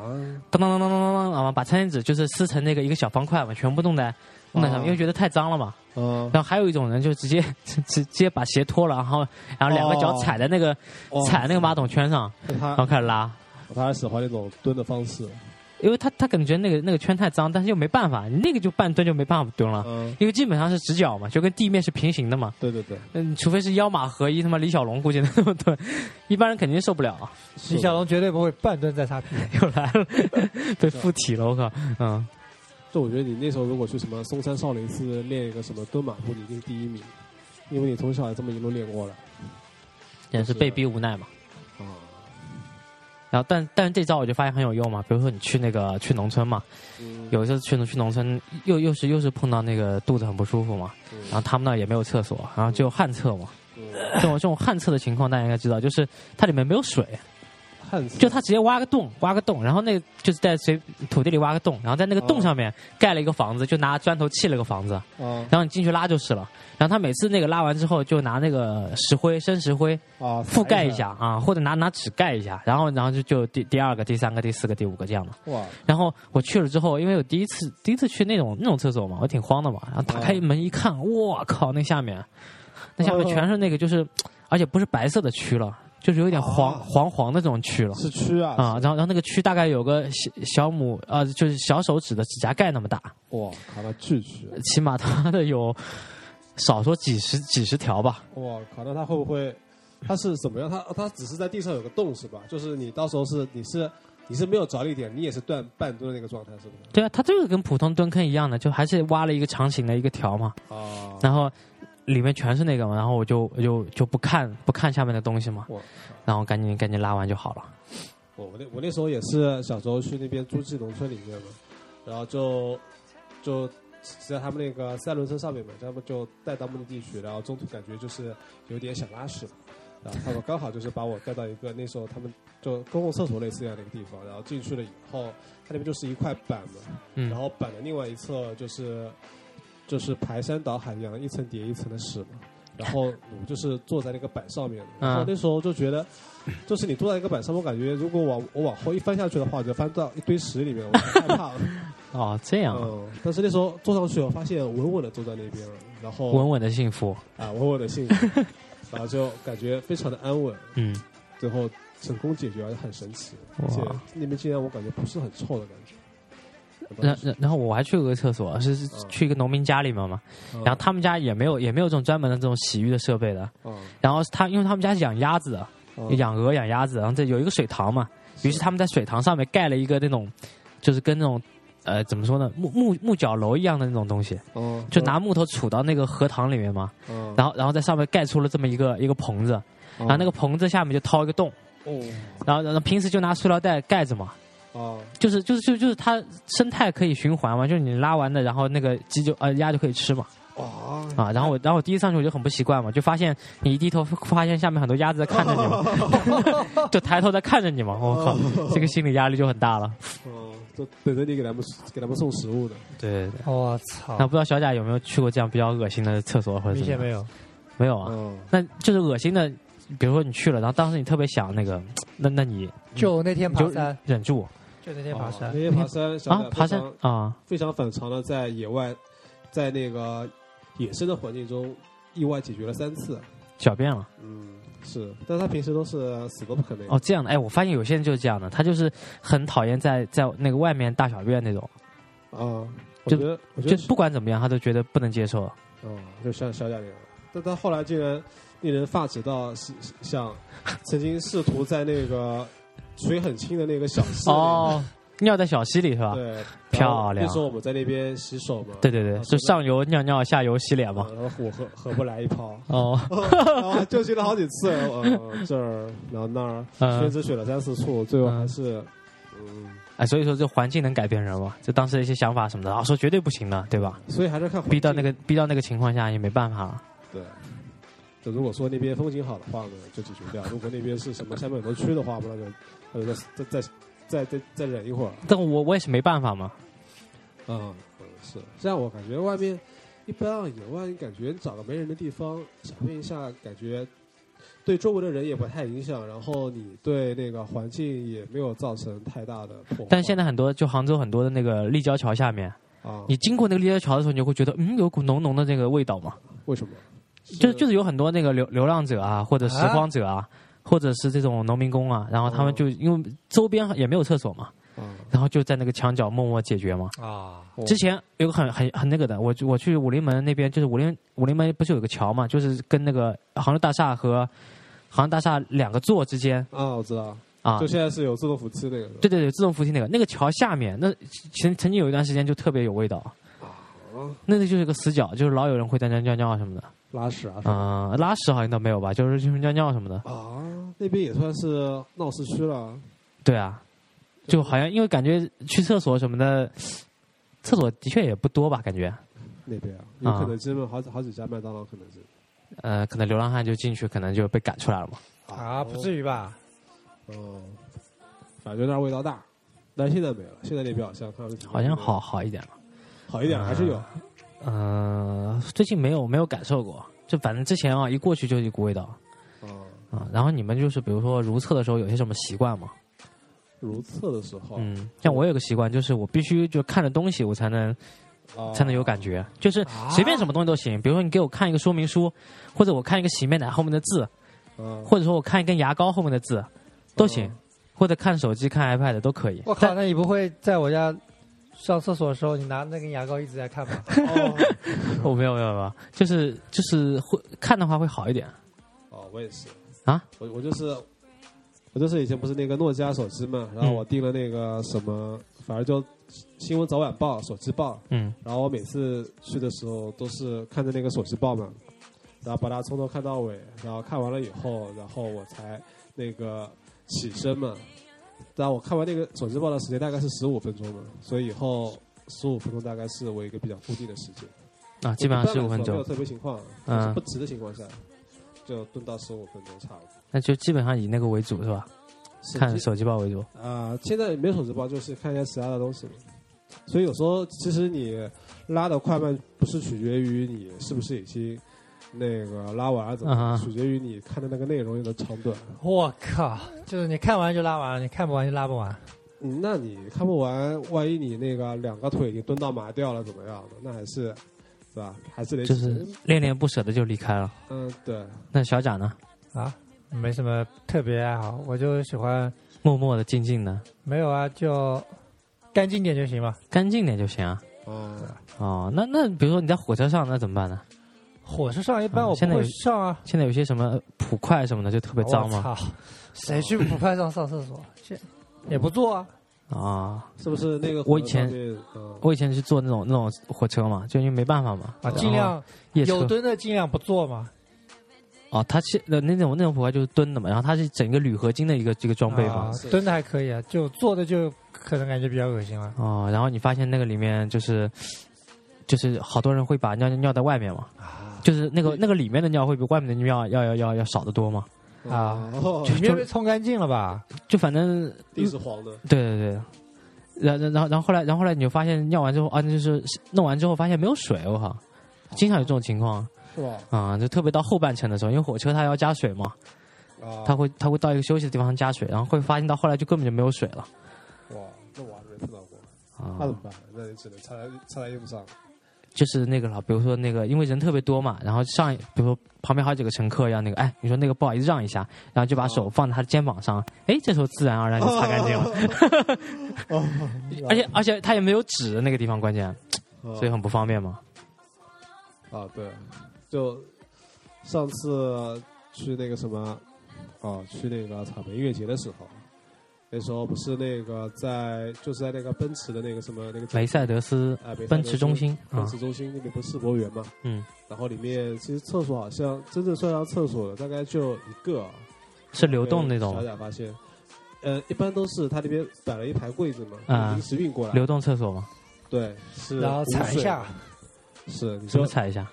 Speaker 2: 当当当当当当当啊，把餐巾纸就是撕成那个一个小方块嘛，全部弄在弄在上面，
Speaker 3: 哦
Speaker 2: 因为觉得太脏了嘛。
Speaker 3: 嗯，
Speaker 2: 然后还有一种人就直接 直直接把鞋脱了，然后然后两个脚
Speaker 3: 哦
Speaker 2: 踩在那个
Speaker 3: 哦
Speaker 2: 踩那个马桶圈上，然后
Speaker 3: 他
Speaker 2: 开始拉。
Speaker 3: 他还喜欢那种蹲的方式，
Speaker 2: 因为他他感觉那个那个圈太脏，但是又没办法，你那个就半蹲就没办法蹲了，
Speaker 3: 嗯，
Speaker 2: 因为基本上是直角嘛，就跟地面是平行的嘛。
Speaker 3: 对对对，
Speaker 2: 嗯，除非是腰马合一，他妈李小龙估计那 么蹲，一般人肯定受不了啊。
Speaker 3: 是
Speaker 4: 李小龙绝对不会半蹲再擦屁股。
Speaker 2: 又来了，被附体了，我靠！嗯，
Speaker 3: 就我觉得你那时候如果去什么嵩山少林寺练一个什么蹲马步，你一定第一名，因为你从小这么一路练过来
Speaker 2: 也是被逼无奈嘛。
Speaker 3: 啊。
Speaker 2: 然后但但是这招我就发现很有用嘛，比如说你去那个去农村嘛，
Speaker 3: 嗯
Speaker 2: 有一次去去农村，又又是又是碰到那个肚子很不舒服嘛，
Speaker 3: 嗯
Speaker 2: 然后他们那儿也没有厕所，然后只有旱厕嘛。
Speaker 3: 嗯
Speaker 2: 这种这种旱厕的情况大家应该知道，就是它里面没有水，
Speaker 3: 汉字
Speaker 2: 就他直接挖个洞，挖个洞，然后那个就是在随土地里挖个洞，然后在那个洞上面盖了一个房子，就拿砖头砌了个房子，
Speaker 3: 啊
Speaker 2: 然后你进去拉就是了。然后他每次那个拉完之后，就拿那个石灰生石灰
Speaker 3: 啊
Speaker 2: 覆盖一，下啊，或者拿拿纸盖一下，然后然后就就第第二个、第三个、第四个、第五个这样嘛。
Speaker 3: 撒一下哇，
Speaker 2: 然后我去了之后，因为我第一次第一次去那种那种厕所嘛，我挺慌的嘛。然后打开门一看，我靠，那下面那下面全是那个就是，而且不是白色的蛆了，就是有点黄
Speaker 3: 啊
Speaker 2: 黄黄的这种蛆了。
Speaker 3: 是蛆啊
Speaker 2: 啊，然后然后那个蛆大概有个小小拇呃，就是小手指的指甲盖那么大，
Speaker 3: 哇，靠，那巨蛆，
Speaker 2: 起码他妈的有少说几十几十条吧。
Speaker 3: 哇靠，那他会不会？他是怎么样？他他只是在地上有个洞是吧？就是你到时候是你是你是没有着力点，你也是断半蹲的那个状态是不是？
Speaker 2: 对啊，它这个跟普通蹲坑一样的，就还是挖了一个长形的一个条嘛，
Speaker 3: 啊，
Speaker 2: 然后里面全是那个嘛，然后我就我就就不看不看下面的东西嘛，
Speaker 3: 我
Speaker 2: 然后赶紧赶紧拉完就好了。
Speaker 3: 我我那我那时候也是小时候去那边诸暨农村里面嘛，然后就就在他们那个三轮车上面嘛，他们就带到目的地去，然后中途感觉就是有点想拉屎嘛，然后他们刚好就是把我带到一个那时候他们就公共厕所类似这样的一个地方，然后进去了以后，它那边就是一块板嘛，
Speaker 2: 嗯
Speaker 3: 然后板的另外一侧就是就是排山倒海一样一层叠一层的屎嘛，然后我就是坐在那个板上面
Speaker 2: 啊
Speaker 3: 的，然后那时候就觉得，就是你坐在一个板上，我感觉如果往我往后一翻下去的话，我就翻到一堆屎里面，我就害怕了。
Speaker 2: 哦， 这样啊
Speaker 3: 嗯，但是那时候坐上去，我发现稳稳的坐在那边了，然后
Speaker 2: 呃稳稳的幸福，
Speaker 3: 啊稳稳的 幸福，然后就感觉非常的安稳，
Speaker 2: 嗯，
Speaker 3: 最后成功解决，很神奇，
Speaker 2: 哇
Speaker 3: 而且那边竟然我感觉不是很臭的感觉。
Speaker 2: 然然然后我还去过个厕所，是是
Speaker 3: 嗯
Speaker 2: 去一个农民家里面嘛，然后他们家也没有也没有这种专门的这种洗浴的设备的，
Speaker 3: 嗯，
Speaker 2: 然后他因为他们家是养鸭子的，
Speaker 3: 嗯
Speaker 2: 养鹅养鸭子，然后这有一个水塘嘛，于是他们在水塘上面盖了一个那种，就是跟那种呃怎么说呢木木木脚楼一样的那种东西，
Speaker 3: 嗯
Speaker 2: 就拿木头杵到那个荷塘里面嘛，
Speaker 3: 嗯，
Speaker 2: 然后然后在上面盖出了这么一个一个棚子，
Speaker 3: 哦
Speaker 2: 然后那个棚子下面就掏一个洞，然后然后平时就拿塑料袋盖着嘛。
Speaker 3: 哦
Speaker 2: 就是就是就就是它生态可以循环嘛，就是你拉完的，然后那个鸡就呃鸭就可以吃嘛
Speaker 3: 哦
Speaker 2: 啊。然后我然后我第一次上去我就很不习惯嘛，就发现你一低头发现下面很多鸭子在看着你嘛， 就抬头在看着你嘛，我靠，这个心理压力就很大了。
Speaker 3: 哦，就等着你给他们给他们送食物呢。
Speaker 2: 对对对。
Speaker 4: 我
Speaker 2: 那
Speaker 4: 操，
Speaker 2: 不知道小贾有没有去过这样比较恶心的厕所或者
Speaker 4: 明
Speaker 2: 怎
Speaker 4: 显
Speaker 2: 么
Speaker 4: 没
Speaker 2: 样？
Speaker 4: 有。
Speaker 2: 没有啊，
Speaker 3: 嗯，
Speaker 2: 那就是恶心的，比如说你去了，然后当时你特别想那个，那那你
Speaker 4: 就那天
Speaker 2: 你就
Speaker 4: 爬山，
Speaker 2: 忍住
Speaker 4: 就那天爬
Speaker 3: 哦
Speaker 4: 山
Speaker 3: 那，天爬山小
Speaker 2: 啊
Speaker 3: 冉，非
Speaker 2: 爬山
Speaker 3: 常
Speaker 2: 啊，
Speaker 3: 非常反常的在野外，在那个野生的环境中意外解决了三次。
Speaker 2: 小便了。
Speaker 3: 嗯，是，但是他平时都是死都不肯那个。
Speaker 2: 哦，这样的，哎，我发现有些人就是这样的，他就是很讨厌在在那个外面大小便那种，
Speaker 3: 啊，我
Speaker 2: 就
Speaker 3: 觉得，我觉
Speaker 2: 就
Speaker 3: 得是，
Speaker 2: 不管怎么样，他都觉得不能接受。
Speaker 3: 哦，就小小贾玲，但他后来竟然令人发指到是想曾经试图在那个水很清的那个小溪里面
Speaker 2: 哦，尿在小溪里是吧？
Speaker 3: 对，然后
Speaker 2: 漂亮
Speaker 3: 那时候我们在那边洗手嘛，
Speaker 2: 对对对，
Speaker 3: 啊
Speaker 2: 哦就上游尿尿，下游洗脸嘛。
Speaker 3: 然后我合合不来一 泡，
Speaker 2: 哦，
Speaker 3: 然后还纠结了好几次，呃，这儿，然后那儿，
Speaker 2: 嗯
Speaker 3: 选址选了三四处，最后还是，嗯，
Speaker 2: 哎，所以说这环境能改变人嘛？就当时的一些想法什么的，啊，说绝对不行的，对吧？
Speaker 3: 所以还是看环境
Speaker 2: 逼到那个逼到那个情况下也没办法了。
Speaker 3: 对。就如果说那边风景好的话呢，就解决掉；如果那边是什么下面很多区的话，那就那就再再再再再再忍一会儿。
Speaker 2: 但我我也是没办法嘛。
Speaker 3: 嗯，是这样。我感觉外面一般啊，野外你感觉你找个没人的地方小便一下，感觉对周围的人也不太影响，然后你对那个环境也没有造成太大的破坏。
Speaker 2: 但现
Speaker 3: 在
Speaker 2: 在很多就杭州很多的那个立交桥下面，
Speaker 3: 啊，
Speaker 2: 你经过那个立交桥的时候，你就会觉得嗯有股浓浓的那个味道嘛。
Speaker 3: 为什么？
Speaker 2: 就就是有很多那个流流浪者啊，或者拾荒者啊，或者是这种农民工啊，然后他们就因为周边也没有厕所嘛，
Speaker 3: 啊，
Speaker 2: 然后就在那个墙角默默解决嘛。
Speaker 4: 啊，
Speaker 3: 哦
Speaker 2: 之前有个很很很那个的，我我去武林门那边，就是武林武林门不是有个桥嘛，就是跟那个杭州大厦和杭州大厦两个座之间
Speaker 3: 啊，我知道，
Speaker 2: 啊
Speaker 3: 就，现在是有自动扶梯那个。
Speaker 2: 对对对，自动扶梯那个那个桥下面，那曾曾经有一段时间就特别有味道，
Speaker 3: 哦
Speaker 2: 那那就是个死角，就是老有人会在那尿尿什么的，
Speaker 3: 拉屎啊什么
Speaker 2: 啊、拉屎好像倒没有吧，就是就是尿尿什么的，
Speaker 3: 的啊，那边也算是闹市区了。
Speaker 2: 对啊，就好像因为感觉去厕所什么的，厕所的确也不多吧，感觉，
Speaker 3: 那边啊，有肯德基吗？好几好几家麦当劳、肯德基
Speaker 2: 呃，可能流浪汉就进去，可能就被赶出来了嘛。
Speaker 4: 啊，不至于吧？
Speaker 3: 哦，反正就那儿味道大，但现在没了，现在那边好像看上去
Speaker 2: 好像好好一点了。
Speaker 3: 好一点，还是有。
Speaker 2: 嗯、最近没有没有感受过，就反正之前啊，一过去就一股味道
Speaker 3: 啊，
Speaker 2: 啊。然后你们就是比如说如厕的时候有些什么习惯吗？
Speaker 3: 如厕的时
Speaker 4: 哦
Speaker 3: 候，
Speaker 2: 嗯，像我有个习惯，就是我必须就看着东西我才能
Speaker 3: 啊
Speaker 2: 才能有感觉，就是
Speaker 4: 啊
Speaker 2: 随便什么东西都行。比如说你给我看一个说明书，或者我看一个洗面奶后面的字，
Speaker 3: 啊，
Speaker 2: 或者说我看一根牙膏后面的字，都行。或者看手机、看 iPad 都可以。
Speaker 4: 嗯我靠，那你不会在我家上厕所的时候，你拿那根牙膏一直在看吧？
Speaker 3: 哦，
Speaker 2: 我没有没有没有，就是就是会看的话会好一点。
Speaker 3: 哦，我也是
Speaker 2: 啊，
Speaker 3: 我我就是我就是以前不是那个诺基亚手机嘛，然后
Speaker 2: 嗯
Speaker 3: 我订了那个什么，反正就新闻早晚报、手机报，
Speaker 2: 嗯，
Speaker 3: 然后我每次去的时候都是看着那个手机报嘛，然后把它从头看到尾，然后看完了以后，然后我才那个起身嘛。但我看完那个手机报的时间大概是十五分钟嘛，所以以后十五分钟大概是我一个比较固定的时间，
Speaker 2: 啊，基本上
Speaker 3: 一般
Speaker 2: 十
Speaker 3: 来
Speaker 2: 五
Speaker 3: 说
Speaker 2: 分
Speaker 3: 没
Speaker 2: 钟，
Speaker 3: 有特别情况，
Speaker 2: 嗯
Speaker 3: 就是不急的情况下，就蹲到十五分钟差不多。
Speaker 2: 那就基本上以那个为主是吧？看
Speaker 3: 手
Speaker 2: 手机报为主。
Speaker 3: 啊、现在没有手机包，就是看一下其他的东西嘛。所以有时候其实你拉的快慢不是取决于你是不是已经那个拉完了怎么样
Speaker 2: 啊哈
Speaker 3: 取决于你看的那个内容有的长短。
Speaker 4: 我靠，就是你看完就拉完了，你看不完就拉不完。
Speaker 3: 嗯，那你看不完，万一你那个两个腿已经蹲到麻掉了，怎么样的？那还是是吧？还是得
Speaker 2: 就是恋恋不舍的就离开了。
Speaker 3: 嗯，对，
Speaker 2: 那小贾呢？
Speaker 4: 啊，没什么特别爱好，我就喜欢
Speaker 2: 默默的、静静的，
Speaker 4: 没有啊，就干净点就行嘛。
Speaker 2: 干净点就行啊。
Speaker 3: 哦、
Speaker 2: 哦，那那比如说你在火车上，那怎么办呢？
Speaker 4: 火车上一般
Speaker 2: 嗯
Speaker 4: 我
Speaker 2: 现
Speaker 4: 不
Speaker 2: 在
Speaker 4: 会
Speaker 2: 有
Speaker 4: 上啊，
Speaker 2: 现在有些什么普快什么的，就特别脏哦
Speaker 4: 我
Speaker 2: 嘛。
Speaker 4: 操，谁去不快上上厕所？这也不做啊。
Speaker 2: 啊、
Speaker 3: 是不是那个
Speaker 2: 我以前
Speaker 3: 火车上面嗯
Speaker 2: 我以前是坐那种那种火车嘛，就因为没办法嘛，
Speaker 4: 啊，
Speaker 2: 然后
Speaker 4: 尽量
Speaker 2: 哦夜
Speaker 4: 有
Speaker 2: 车。
Speaker 4: 蹲的尽量不做嘛。
Speaker 2: 哦，它是那那种那种普快就是蹲的嘛，然后它是整个铝合金的一个这个装备
Speaker 4: 啊
Speaker 2: 嘛。
Speaker 3: 是
Speaker 4: 蹲的还可以啊，就坐的就可能感觉比较恶心了
Speaker 2: 哦，然后你发现那个里面就是就是好多人会把尿尿在外面嘛，就是那个那个里面的尿会比外面的尿要要要要少得多嘛。
Speaker 4: 啊
Speaker 3: 哦
Speaker 4: 里面被冲干净了吧？
Speaker 2: 就反正
Speaker 3: 地是黄的，
Speaker 2: 对对对，然然然后然后后来然后后来你就发现尿完之后啊，那就是弄完之后发现没有水，我靠，经常有这种情况
Speaker 3: 是吧？
Speaker 2: 啊、就特别到后半程的时候，因为火车它要加水嘛，
Speaker 3: 啊，
Speaker 2: 它会它会到一个休息的地方加水，然后会发现到后来就根本就没有水了
Speaker 3: 哇，那我还没碰到过，
Speaker 2: 啊
Speaker 4: 嗯
Speaker 3: 那、怎么办？那你只能擦在擦在衣服上。
Speaker 2: 就是那个了，比如说那个，因为人特别多嘛，然后上，比如说旁边好几个乘客要那个，哎，你说那个不好意思让一下，然后就把手放在他的肩膀上，哎，这时候自然而然就擦干净了，
Speaker 3: 哦，
Speaker 2: 而且而且他也没有纸那个地方，关键
Speaker 4: 嗯
Speaker 2: 所以很不方便嘛。
Speaker 3: 啊，对，就上次去那个什么，啊，去那个草莓音乐节的时候，那时候不是那个在就是在那个奔驰的那个什么那个
Speaker 2: 梅赛德斯
Speaker 3: 啊，北
Speaker 2: 奔驰中心
Speaker 3: 奔
Speaker 2: 啊
Speaker 3: 驰，中心那边不是世博园嘛，
Speaker 2: 嗯，
Speaker 3: 然后里面其实厕所好像真正算上厕所的大概就一个，啊
Speaker 2: 是流动那种
Speaker 3: 小贾发现，呃，一般都是他那边摆了一排柜子嘛，
Speaker 2: 啊
Speaker 3: 临时运过来，
Speaker 2: 流动厕所嘛，
Speaker 3: 对，是
Speaker 4: 然后踩一下，
Speaker 3: 无水，是你
Speaker 2: 什么
Speaker 3: 说
Speaker 2: 踩一下？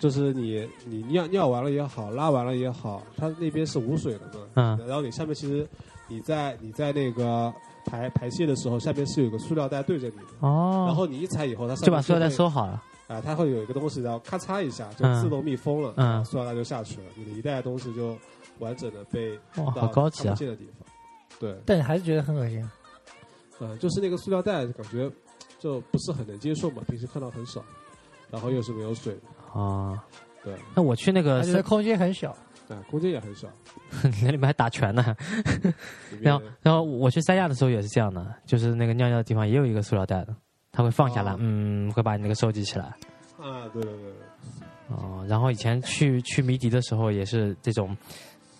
Speaker 3: 就是你你尿尿完了也好，拉完了也好，它那边是无水的嘛，
Speaker 2: 嗯
Speaker 3: 然后你下面其实你在你在那个排排泄的时候，下面是有个塑料袋对着你的。
Speaker 2: 哦，
Speaker 3: 然后你一踩以后，它上面
Speaker 2: 就把所有
Speaker 3: 会
Speaker 2: 袋收好了。
Speaker 3: 啊，它会有一个东西，然后咔嚓一下就
Speaker 2: 嗯
Speaker 3: 自动密封了，
Speaker 2: 嗯
Speaker 3: 然后塑料袋就下去了，你的一袋东西就完整的被
Speaker 2: 哇，
Speaker 3: 到
Speaker 2: 好高级
Speaker 3: 看
Speaker 2: 啊
Speaker 3: 不！见的地方。对，
Speaker 4: 但你还是觉得很恶心。
Speaker 3: 嗯，就是那个塑料袋，感觉就不是很能接受嘛，平时看到很少，然后又是没有水的，
Speaker 2: 啊，
Speaker 3: 对，
Speaker 2: 那我去那个
Speaker 4: 而且它空间很小，
Speaker 3: 啊，空间也很少。
Speaker 2: 那里面还打拳呢。
Speaker 3: 里面
Speaker 2: 然后，然后我去三亚的时候也是这样的，就是那个尿尿的地方也有一个塑料袋的，它会放下来，
Speaker 3: 哦
Speaker 2: 嗯，会把你那个收集起来。
Speaker 3: 啊，对对对对，
Speaker 2: 哦、然后以前去去迷笛的时候也是这种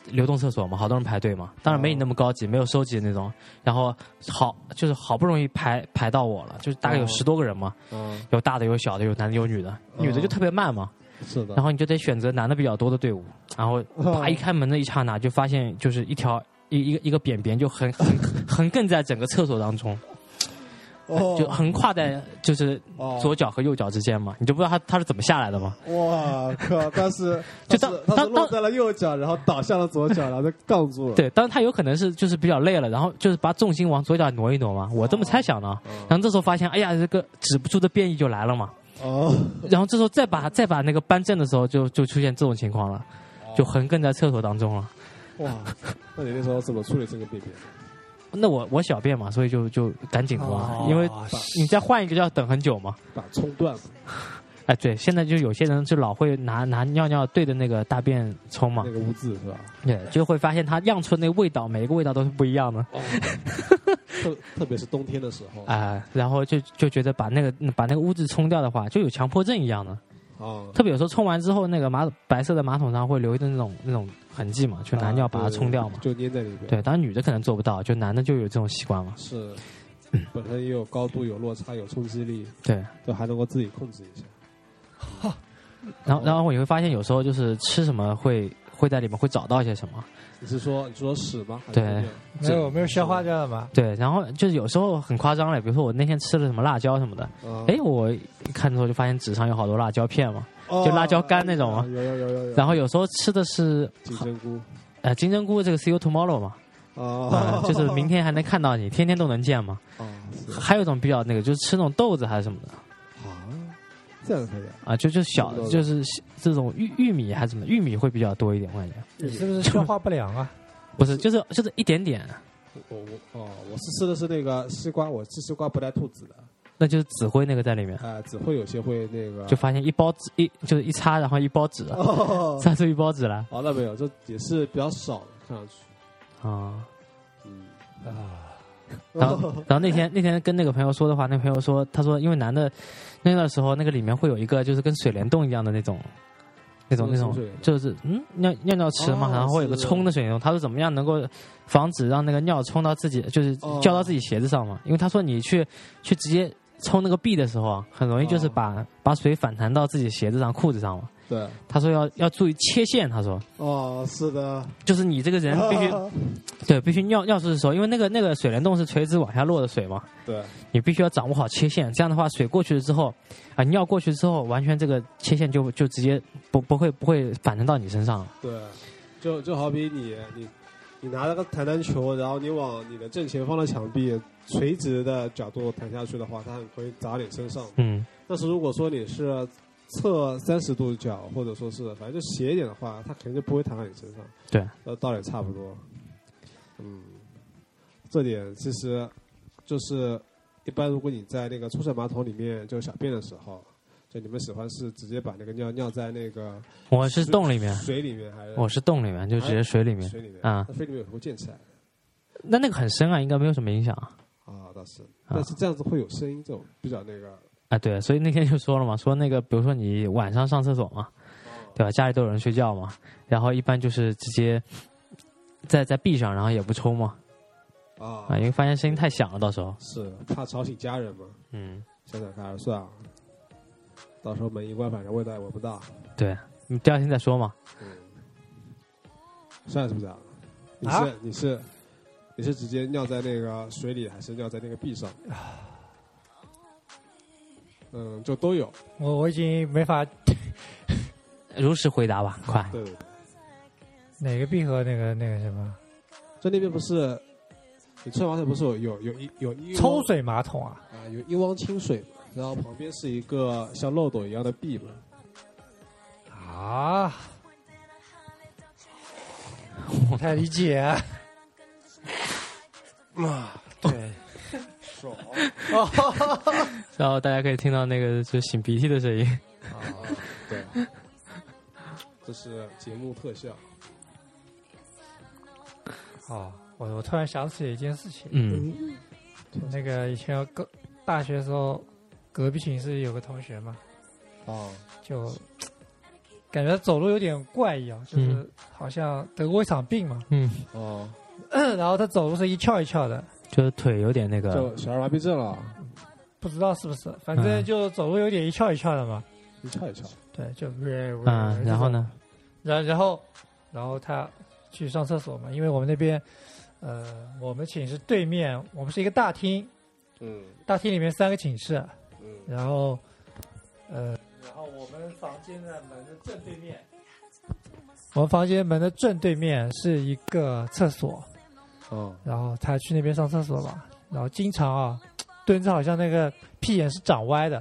Speaker 2: 流动厕所嘛，好多人排队嘛，当然没你那么高级，没有收集的那种。然后好就是好不容易排排到我了，就是大概有
Speaker 3: 哦
Speaker 2: 十多个人嘛，
Speaker 3: 啊，
Speaker 2: 有大的有小的，有男的有女的，女的就特别慢嘛，
Speaker 3: 是的
Speaker 2: 然，后你就得选择男的比较多的队伍，然后
Speaker 3: 哦
Speaker 2: 啪一开门的一刹那，就发现就是一条一一个一个扁扁就横 横横亘在整个厕所当中，
Speaker 3: 哦
Speaker 2: 就横跨在就是 左脚和右脚之间嘛，你就不知道他他是怎么下来的嘛。
Speaker 3: 哇靠！但是
Speaker 2: 就
Speaker 3: 他
Speaker 2: 当
Speaker 3: 是他是
Speaker 2: 当
Speaker 3: 落在了右脚，然后倒向了左脚，然后再杠住了。
Speaker 2: 对，当然他有可能是就是比较累了，然后就是把重心往左脚挪一挪嘛，我这么猜想的啊。
Speaker 3: 嗯，
Speaker 2: 然后这时候发现，哎呀，这个止不住的变异就来了嘛。
Speaker 3: 哦，
Speaker 2: 然后这时候再把再把那个扳正的时候就，就出现这种情况了，就横亘在厕所当中了。
Speaker 3: 哇！那你那时候怎么处理这个便便？
Speaker 2: 那我我小便嘛，所以就就赶紧挖，
Speaker 4: 哦
Speaker 2: 因为你再换一个就要等很久嘛。
Speaker 3: 把冲断了。
Speaker 2: 哎，对，现在就有些人就老会拿拿尿尿对着那个大便冲嘛
Speaker 3: 那，个污渍是吧？
Speaker 2: 对，就会发现它酿出的那个味道，每一个味道都是不一样的
Speaker 3: 特特别是冬天的时候
Speaker 2: 啊、然后就就觉得把那个把那个污渍冲掉的话，就有强迫症一样的。
Speaker 3: 啊，
Speaker 2: 特别有时候冲完之后，那个马桶白色的马桶上会留一个那种那种痕迹嘛，
Speaker 3: 啊
Speaker 2: 就拿尿把它冲掉嘛。
Speaker 3: 就粘在里边。
Speaker 2: 对，当然女的可能做不到，就男的就有这种习惯嘛。
Speaker 3: 是，
Speaker 2: 嗯
Speaker 3: 本身也有高度、有落差、有冲击力，
Speaker 2: 对，
Speaker 3: 就还能够自己控制一下。
Speaker 2: 然后然后你会发现有时候就是吃什么会会在里面会找到一些什么。
Speaker 3: 你是说你说屎吗？还是
Speaker 2: 对
Speaker 3: 尿
Speaker 4: 没有没有消化掉了嘛？
Speaker 2: 对，然后就是有时候很夸张了，比如说我那天吃了什么辣椒什么的，
Speaker 3: 啊
Speaker 2: 哎，我一看之后就发现纸上有好多辣椒片嘛。
Speaker 3: 哦
Speaker 2: 就辣椒干那种吗
Speaker 3: 啊有有有有有。
Speaker 2: 然后有时候吃的是
Speaker 3: 金针菇
Speaker 2: 呃金针菇这个 see you tomorrow 嘛，
Speaker 3: 啊
Speaker 2: 啊，就是明天还能看到你，天天都能见嘛。
Speaker 3: 啊是
Speaker 2: 还有一种比较那个，就是吃那种豆子还是什么的
Speaker 3: 啊，这样可以啊。
Speaker 2: 啊，就就小
Speaker 3: 什么豆子
Speaker 2: 就是这种玉玉米还是什么，玉米会比较多一点，我感觉
Speaker 4: 你是不是消化不良啊？
Speaker 2: 不是，就是就是一点点，
Speaker 3: 我我哦，我是吃的是那个西瓜，我吃西瓜不带吐籽的，
Speaker 2: 那就是指挥那个在里面，
Speaker 3: 啊，只会有些会那个
Speaker 2: 就发现一包纸一就是一擦，然后一包纸，
Speaker 3: 哦，
Speaker 2: 擦出一包纸来啊、
Speaker 3: 哦那没有，这也是比较少的，看上去，嗯
Speaker 4: 啊，
Speaker 2: 然后，然后那天那天跟那个朋友说的话，那朋友说，他说因为男的尿尿的时候，那个里面会有一个就是跟水帘洞一样的那种，那种那种
Speaker 3: 什么水帘洞
Speaker 2: 就是嗯尿尿尿池嘛，
Speaker 3: 哦
Speaker 2: 然后会有个
Speaker 3: 是
Speaker 2: 冲的水帘洞。他说怎么样能够防止让那个尿冲到自己，就是
Speaker 3: 哦
Speaker 2: 浇到自己鞋子上嘛？因为他说你去去直接冲那个壁的时候啊，很容易就是
Speaker 3: 哦
Speaker 2: 把、把水反弹到自己鞋子上、裤子上嘛。
Speaker 3: 对，
Speaker 2: 他说要要注意切线，他说
Speaker 3: 哦，是的，
Speaker 2: 就是你这个人必 须、对必须尿尿出的时候，因为那个那个水帘洞是垂直往下落的水嘛。
Speaker 3: 对，
Speaker 2: 你必须要掌握好切线，这样的话，水过去了之后，啊，尿过去之后，完全这个切线就就直接不不会不会反弹到你身上了。
Speaker 3: 对，就就好比你你你拿了个弹弹球，然后你往你的正前方的墙壁垂直的角度弹下去的话，它很可以砸你身上。
Speaker 2: 嗯，
Speaker 3: 但是如果说你是侧三十度角，或者说是反正就斜一点的话，它肯定就不会弹到你身上。
Speaker 2: 对，
Speaker 3: 呃，道理差不多。嗯，这点其实就是一般，如果你在那个冲水马桶里面就小便的时候，就你们喜欢是直接把那个尿尿在那个
Speaker 2: 我是洞里面，
Speaker 3: 水里面，还是
Speaker 2: 我是洞里面，就直接水里面
Speaker 3: 水里面
Speaker 2: 啊、
Speaker 3: 那水里面有时候溅起来
Speaker 2: 那那个很深啊，应该没有什么影响啊。
Speaker 3: 啊，倒是，但是这样子会有声音，这种比较那个
Speaker 2: 啊，对，所以那天就说了嘛，说那个比如说你晚上上厕所嘛，对吧？家里都有人睡觉嘛，然后一般就是直接在在壁上，然后也不抽嘛，
Speaker 3: 啊
Speaker 2: 啊，因为发现声音太响了，到时候，
Speaker 3: 是怕吵醒家人嘛。
Speaker 2: 嗯，
Speaker 3: 想想看，算了，到时候门一关，反正味道也闻不到。
Speaker 2: 对，你第二天再说嘛。
Speaker 3: 嗯，算是不是啊？你是、
Speaker 4: 啊
Speaker 3: 你是你是直接尿在那个水里，还是尿在那个壁上？嗯，就都有。
Speaker 4: 我我已经没法
Speaker 2: 如实回答吧，快。
Speaker 3: 对对对，
Speaker 4: 哪个闭合那个那个什么
Speaker 3: 在那边不是你冲完水不是有有有一有一
Speaker 4: 抽
Speaker 3: 汪
Speaker 4: 水马桶啊，
Speaker 3: 啊、有一汪清水嘛，然后旁边是一个像漏斗一样的壁嘛。
Speaker 4: 啊，不太理解、
Speaker 3: 啊，
Speaker 4: 对，
Speaker 3: 爽
Speaker 2: 然后大家可以听到那个就擤鼻涕的声音。
Speaker 3: 啊！对，这是节目特效。
Speaker 4: 哦， 我我突然想起一件事情，
Speaker 2: 嗯
Speaker 4: 那个以前隔大学的时候，隔壁寝室有个同学嘛，
Speaker 3: 哦，
Speaker 4: 就感觉走路有点怪异啊，就是
Speaker 2: 嗯
Speaker 4: 好像得过一场病嘛，
Speaker 2: 嗯，
Speaker 3: 哦，
Speaker 4: 然后他走路是一翘一翘的，
Speaker 2: 就是腿有点那个，
Speaker 3: 就小儿麻痹症啊了，
Speaker 4: 不知道是不是，反正
Speaker 2: 嗯
Speaker 4: 就走路有点一翘一翘的嘛。
Speaker 3: 一翘一翘。
Speaker 4: 对，就
Speaker 2: 嗯，然后？呢，
Speaker 4: 然然后然后他去上厕所嘛，因为我们那边，呃，我们寝室对面我们是一个大厅，
Speaker 3: 嗯
Speaker 4: 大厅里面三个寝室，
Speaker 3: 嗯
Speaker 4: 然后呃，然后我们房间的门的正对面，我们房间门的正对面是一个厕所，
Speaker 3: 哦
Speaker 4: 然后他去那边上厕所嘛，然后经常啊，蹲着好像那个屁眼是长歪的，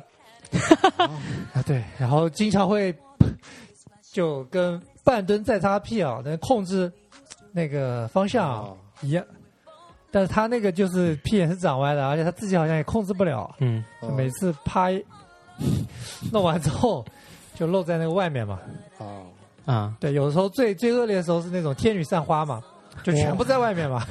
Speaker 4: 啊对，然后经常会 就跟半蹲再擦屁啊，能控制那个方向啊
Speaker 3: 哦
Speaker 4: 一样，但是他那个就是屁眼是长歪的，而且他自己好像也控制不了，啊
Speaker 2: 嗯
Speaker 3: 哦啊
Speaker 4: 就每次啪一 弄完之后就露在那个外面嘛，
Speaker 3: 啊
Speaker 2: 啊，
Speaker 4: 对，有的时候最最恶劣的时候是那种天女散花嘛，就全部在外面嘛。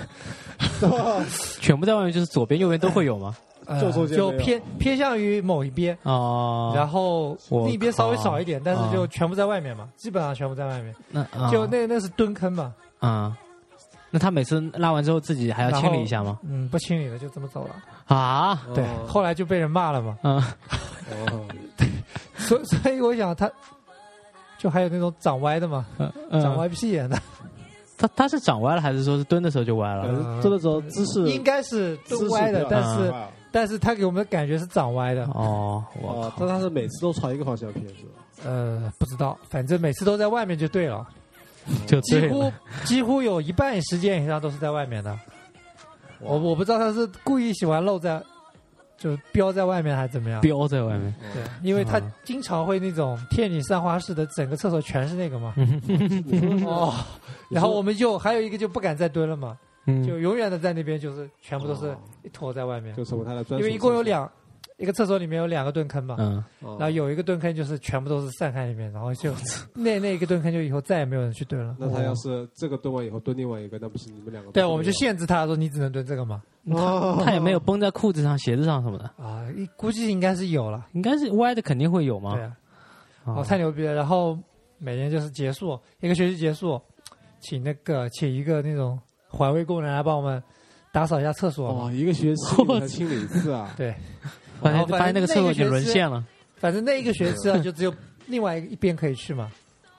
Speaker 2: 全部在外面，就是左边右边都会有吗？
Speaker 4: 呃
Speaker 3: 就中间
Speaker 4: 就
Speaker 3: 没有
Speaker 4: 偏偏向于某一边，
Speaker 2: 哦，
Speaker 4: 然后
Speaker 2: 我
Speaker 4: 另一边稍微少一点，但是
Speaker 2: 啊
Speaker 4: 就全部在外面嘛，基本上全部在外面。
Speaker 2: 那啊
Speaker 4: 就那那是蹲坑嘛，
Speaker 2: 啊，那他每次拉完之后自己还要清理一下吗？
Speaker 4: 嗯，不清理了就这么走了。
Speaker 2: 啊，
Speaker 4: 对，后来就被人骂了嘛，
Speaker 2: 嗯，
Speaker 3: 哦
Speaker 4: 所以所以我想他，就还有那种长歪的嘛，长
Speaker 2: 嗯，
Speaker 4: 歪屁眼的，
Speaker 2: 他他是长歪了还是说是蹲的时候就歪了？
Speaker 4: 呃
Speaker 3: 这个时候姿势
Speaker 4: 应该是
Speaker 3: 姿
Speaker 4: 蹲
Speaker 3: 势
Speaker 4: 歪的，
Speaker 3: 比较
Speaker 4: 但
Speaker 2: 好
Speaker 4: 是
Speaker 3: 啊
Speaker 4: 但是他给我们的感觉是长歪的，
Speaker 2: 哦，我
Speaker 3: 哦，
Speaker 2: 靠
Speaker 3: 但他是每次都朝一个方向偏是吧？
Speaker 4: 呃，不知道，反正每次都在外面就对了，
Speaker 2: 就
Speaker 4: 几
Speaker 2: 对
Speaker 4: 乎
Speaker 2: 了，
Speaker 4: 几乎有一半时间以上都是在外面的。我我不知道他是故意喜欢露在，就标在外面还是怎么样？
Speaker 2: 标在外面。
Speaker 4: 对，因为他
Speaker 3: 嗯
Speaker 2: 啊
Speaker 4: 经常会那种天女散花式的，整个厕所全是那个 嘛。哦
Speaker 3: 哦，
Speaker 4: 然后我们就还有一个就不敢再蹲了嘛，
Speaker 2: 嗯，
Speaker 4: 就永远的在那边就是全部都是
Speaker 3: 哦
Speaker 4: 一坨在外面，
Speaker 3: 就成为他的专
Speaker 4: 因
Speaker 3: 属，
Speaker 4: 为一共有，两，一个厕所里面有两个蹲坑嘛。
Speaker 2: 嗯，
Speaker 3: 然
Speaker 4: 然后有一个蹲坑就是全部都是散开里面，然后就那那一个蹲坑就以后再也没有人去蹲了。
Speaker 3: 那他要是这个蹲完以后蹲另外一个，那不是你们两个？
Speaker 4: 对，啊我们就限制他说你只能蹲这个嘛。
Speaker 3: 哦
Speaker 2: 他也没有绷在裤子上、鞋子上什么的，
Speaker 4: 啊，一估计应该是有了。
Speaker 2: 应该是歪的肯定会有嘛
Speaker 4: 对。啊，
Speaker 2: 哦
Speaker 4: 哦，太牛逼了！然后每年就是结束一个学期结束，请那个请一个那种环卫工人来帮我们打扫一下厕所嘛。
Speaker 3: 哇，一个学期你们才清理一 次啊！
Speaker 4: 对，
Speaker 2: 发现
Speaker 4: 然后
Speaker 2: 发现那个厕所已经沦
Speaker 4: 那个学期
Speaker 2: 陷了，
Speaker 4: 反正那一个学期啊，就只有另外一边可以去嘛。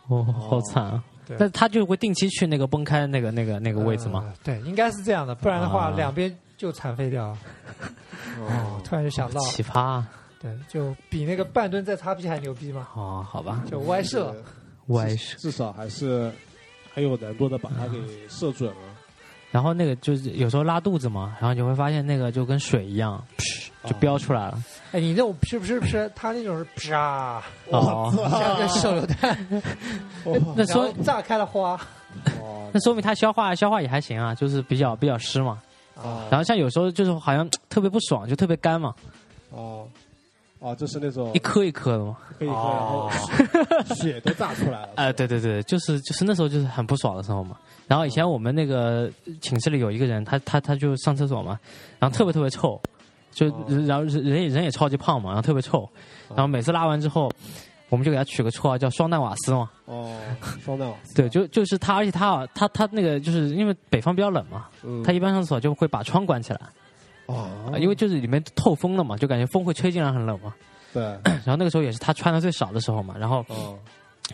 Speaker 2: 哦，好惨啊！
Speaker 4: 对
Speaker 2: 但他就会定期去那个崩开那个那个 那个位置嘛。
Speaker 4: 呃对，应该是这样的，不然的话
Speaker 2: 啊
Speaker 4: 两边就残废掉了。
Speaker 3: 哦，
Speaker 4: 突然就想到，
Speaker 2: 奇葩啊！
Speaker 4: 对，就比那个半蹲在擦屁还牛逼嘛，
Speaker 2: 哦，好吧，
Speaker 4: 就歪射。
Speaker 2: 歪是。
Speaker 3: 至少还是很有难度的把它给射准了，
Speaker 2: 然后那个就是有时候拉肚子嘛，然后你会发现那个就跟水一样，就
Speaker 3: 啊
Speaker 2: 飙出来了。
Speaker 4: 哎，你那种是不是不是？他那种是啪，
Speaker 2: 哦，
Speaker 4: 像个手榴弹，
Speaker 3: 哦
Speaker 2: 那
Speaker 4: 然后
Speaker 2: 说
Speaker 4: 炸开了花。
Speaker 3: 哦
Speaker 2: 那说明他消化消化也还行啊，就是比较比较湿嘛。
Speaker 3: 哦
Speaker 2: 然后像有时候就是好像特别不爽，就特别干嘛。
Speaker 3: 哦，哦，就是那种
Speaker 2: 一颗一颗的嘛。
Speaker 3: 可以，然后
Speaker 4: 哦
Speaker 3: 血都炸出来了。
Speaker 2: 哎、对对对，就是就是那时候就是很不爽的时候嘛。然后以
Speaker 3: 嗯
Speaker 2: 前我们那个寝室里有一个人，他他他就上厕所嘛，然后特别特别臭，就
Speaker 3: 哦
Speaker 2: 然后人也人也超级胖嘛，然后特别臭，然后每次拉完之后，我们就给他取个绰号叫双蛋瓦斯嘛。
Speaker 3: 哦，双蛋瓦斯
Speaker 2: 对，就就是他，而且他啊，他他那个就是因为北方比较冷嘛，
Speaker 3: 嗯
Speaker 2: 他一般上厕所就会把窗关起来，
Speaker 3: 哦
Speaker 2: 呃因为就是里面透风了嘛，就感觉风会吹进来很冷嘛。
Speaker 3: 对，
Speaker 2: 然后那个时候也是他穿的最少的时候嘛，然后
Speaker 3: 哦，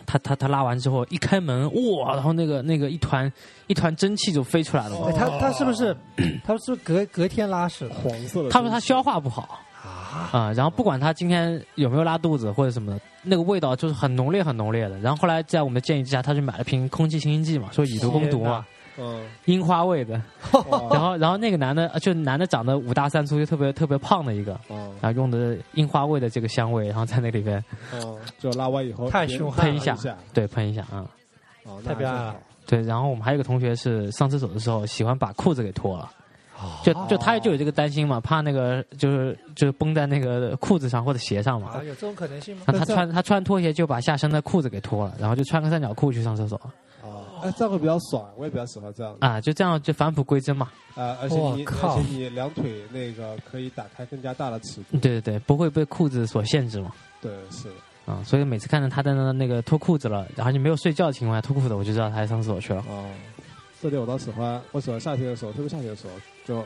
Speaker 2: 他他他拉完之后一开门，哇，然后那个那个一团一团蒸汽就飞出来了嘛。
Speaker 4: 哎他他是不
Speaker 2: 哦
Speaker 4: 是他是不是隔隔天拉屎的？
Speaker 3: 黄色的。
Speaker 2: 他说他消化不好啊、然后不管他今天有没有拉肚子或者什么的，那个味道就是很浓烈很浓烈的。然后后来在我们的建议之下，他去买了瓶空气清新剂嘛，说以毒攻毒啊嘛，
Speaker 3: 嗯，
Speaker 2: 樱花味的。然
Speaker 3: 后
Speaker 2: 后然后那个男的呃就男的长得五大三粗，就特别特别胖的一个，
Speaker 3: 哦
Speaker 2: 然后用的樱花味的这个香味，然后在那里边
Speaker 3: 哦，就拉完以后
Speaker 4: 太凶
Speaker 2: 悍
Speaker 3: 喷
Speaker 2: 了
Speaker 3: 下，
Speaker 2: 对喷一下啊、
Speaker 3: 哦，
Speaker 4: 太
Speaker 3: 那
Speaker 4: 彪悍了
Speaker 3: 还挺好。
Speaker 2: 对，然后我们还有个同学是上厕所的时候喜欢把裤子给脱了。就
Speaker 4: 啊
Speaker 2: 就他就有这个担心嘛，怕那个就是就是绷在那个裤子上或者鞋上嘛
Speaker 4: 啊，。有这种可能性吗？
Speaker 2: 然后他穿他穿拖鞋就把下身的裤子给脱了，然后就穿个三角裤去上厕所
Speaker 3: 哦，哎，这样会比较爽，我也比较喜欢这样的。
Speaker 2: 啊，就这样就返璞归真嘛。
Speaker 3: 啊，而且
Speaker 4: 我
Speaker 3: 你，
Speaker 4: 靠
Speaker 3: 而且你两腿那个可以打开更加大的尺度。
Speaker 2: 对对对，不会被裤子所限制嘛。
Speaker 3: 对，是的。
Speaker 2: 啊，所以每次看着他在那那个脱裤子了，然后你没有睡觉的情况下脱裤子，我就知道他还上厕所去了。
Speaker 3: 哦，这点我倒喜欢，我喜欢夏天的时候，特别夏天的时候，就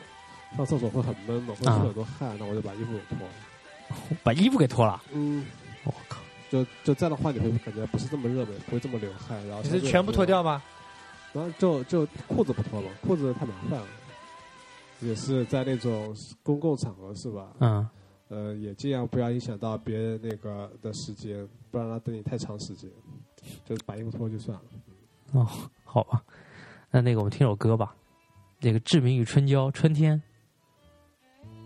Speaker 3: 上厕所会很闷嘛，会出
Speaker 2: 啊
Speaker 3: 很多汗，那我就把衣服给脱了。
Speaker 2: 把衣服给脱了，
Speaker 3: 嗯，
Speaker 2: 我靠！
Speaker 3: 就就这样的话，你会感觉不是这么热呗，不会这么流汗，然后
Speaker 4: 你是全部脱掉吗？
Speaker 3: 然后就就裤子不脱了，裤子太麻烦了。也是在那种公共场合是吧？
Speaker 2: 嗯，
Speaker 3: 呃，也尽量不要影响到别人那个的时间，不然让他等你太长时间，就把衣服脱就算了。
Speaker 2: 哦好吧，那那个我们听首歌吧，那个《志明与春娇》，春天，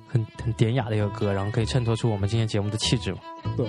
Speaker 2: 很很典雅的一个歌，然后可以衬托出我们今天节目的气质嘛。
Speaker 3: 对，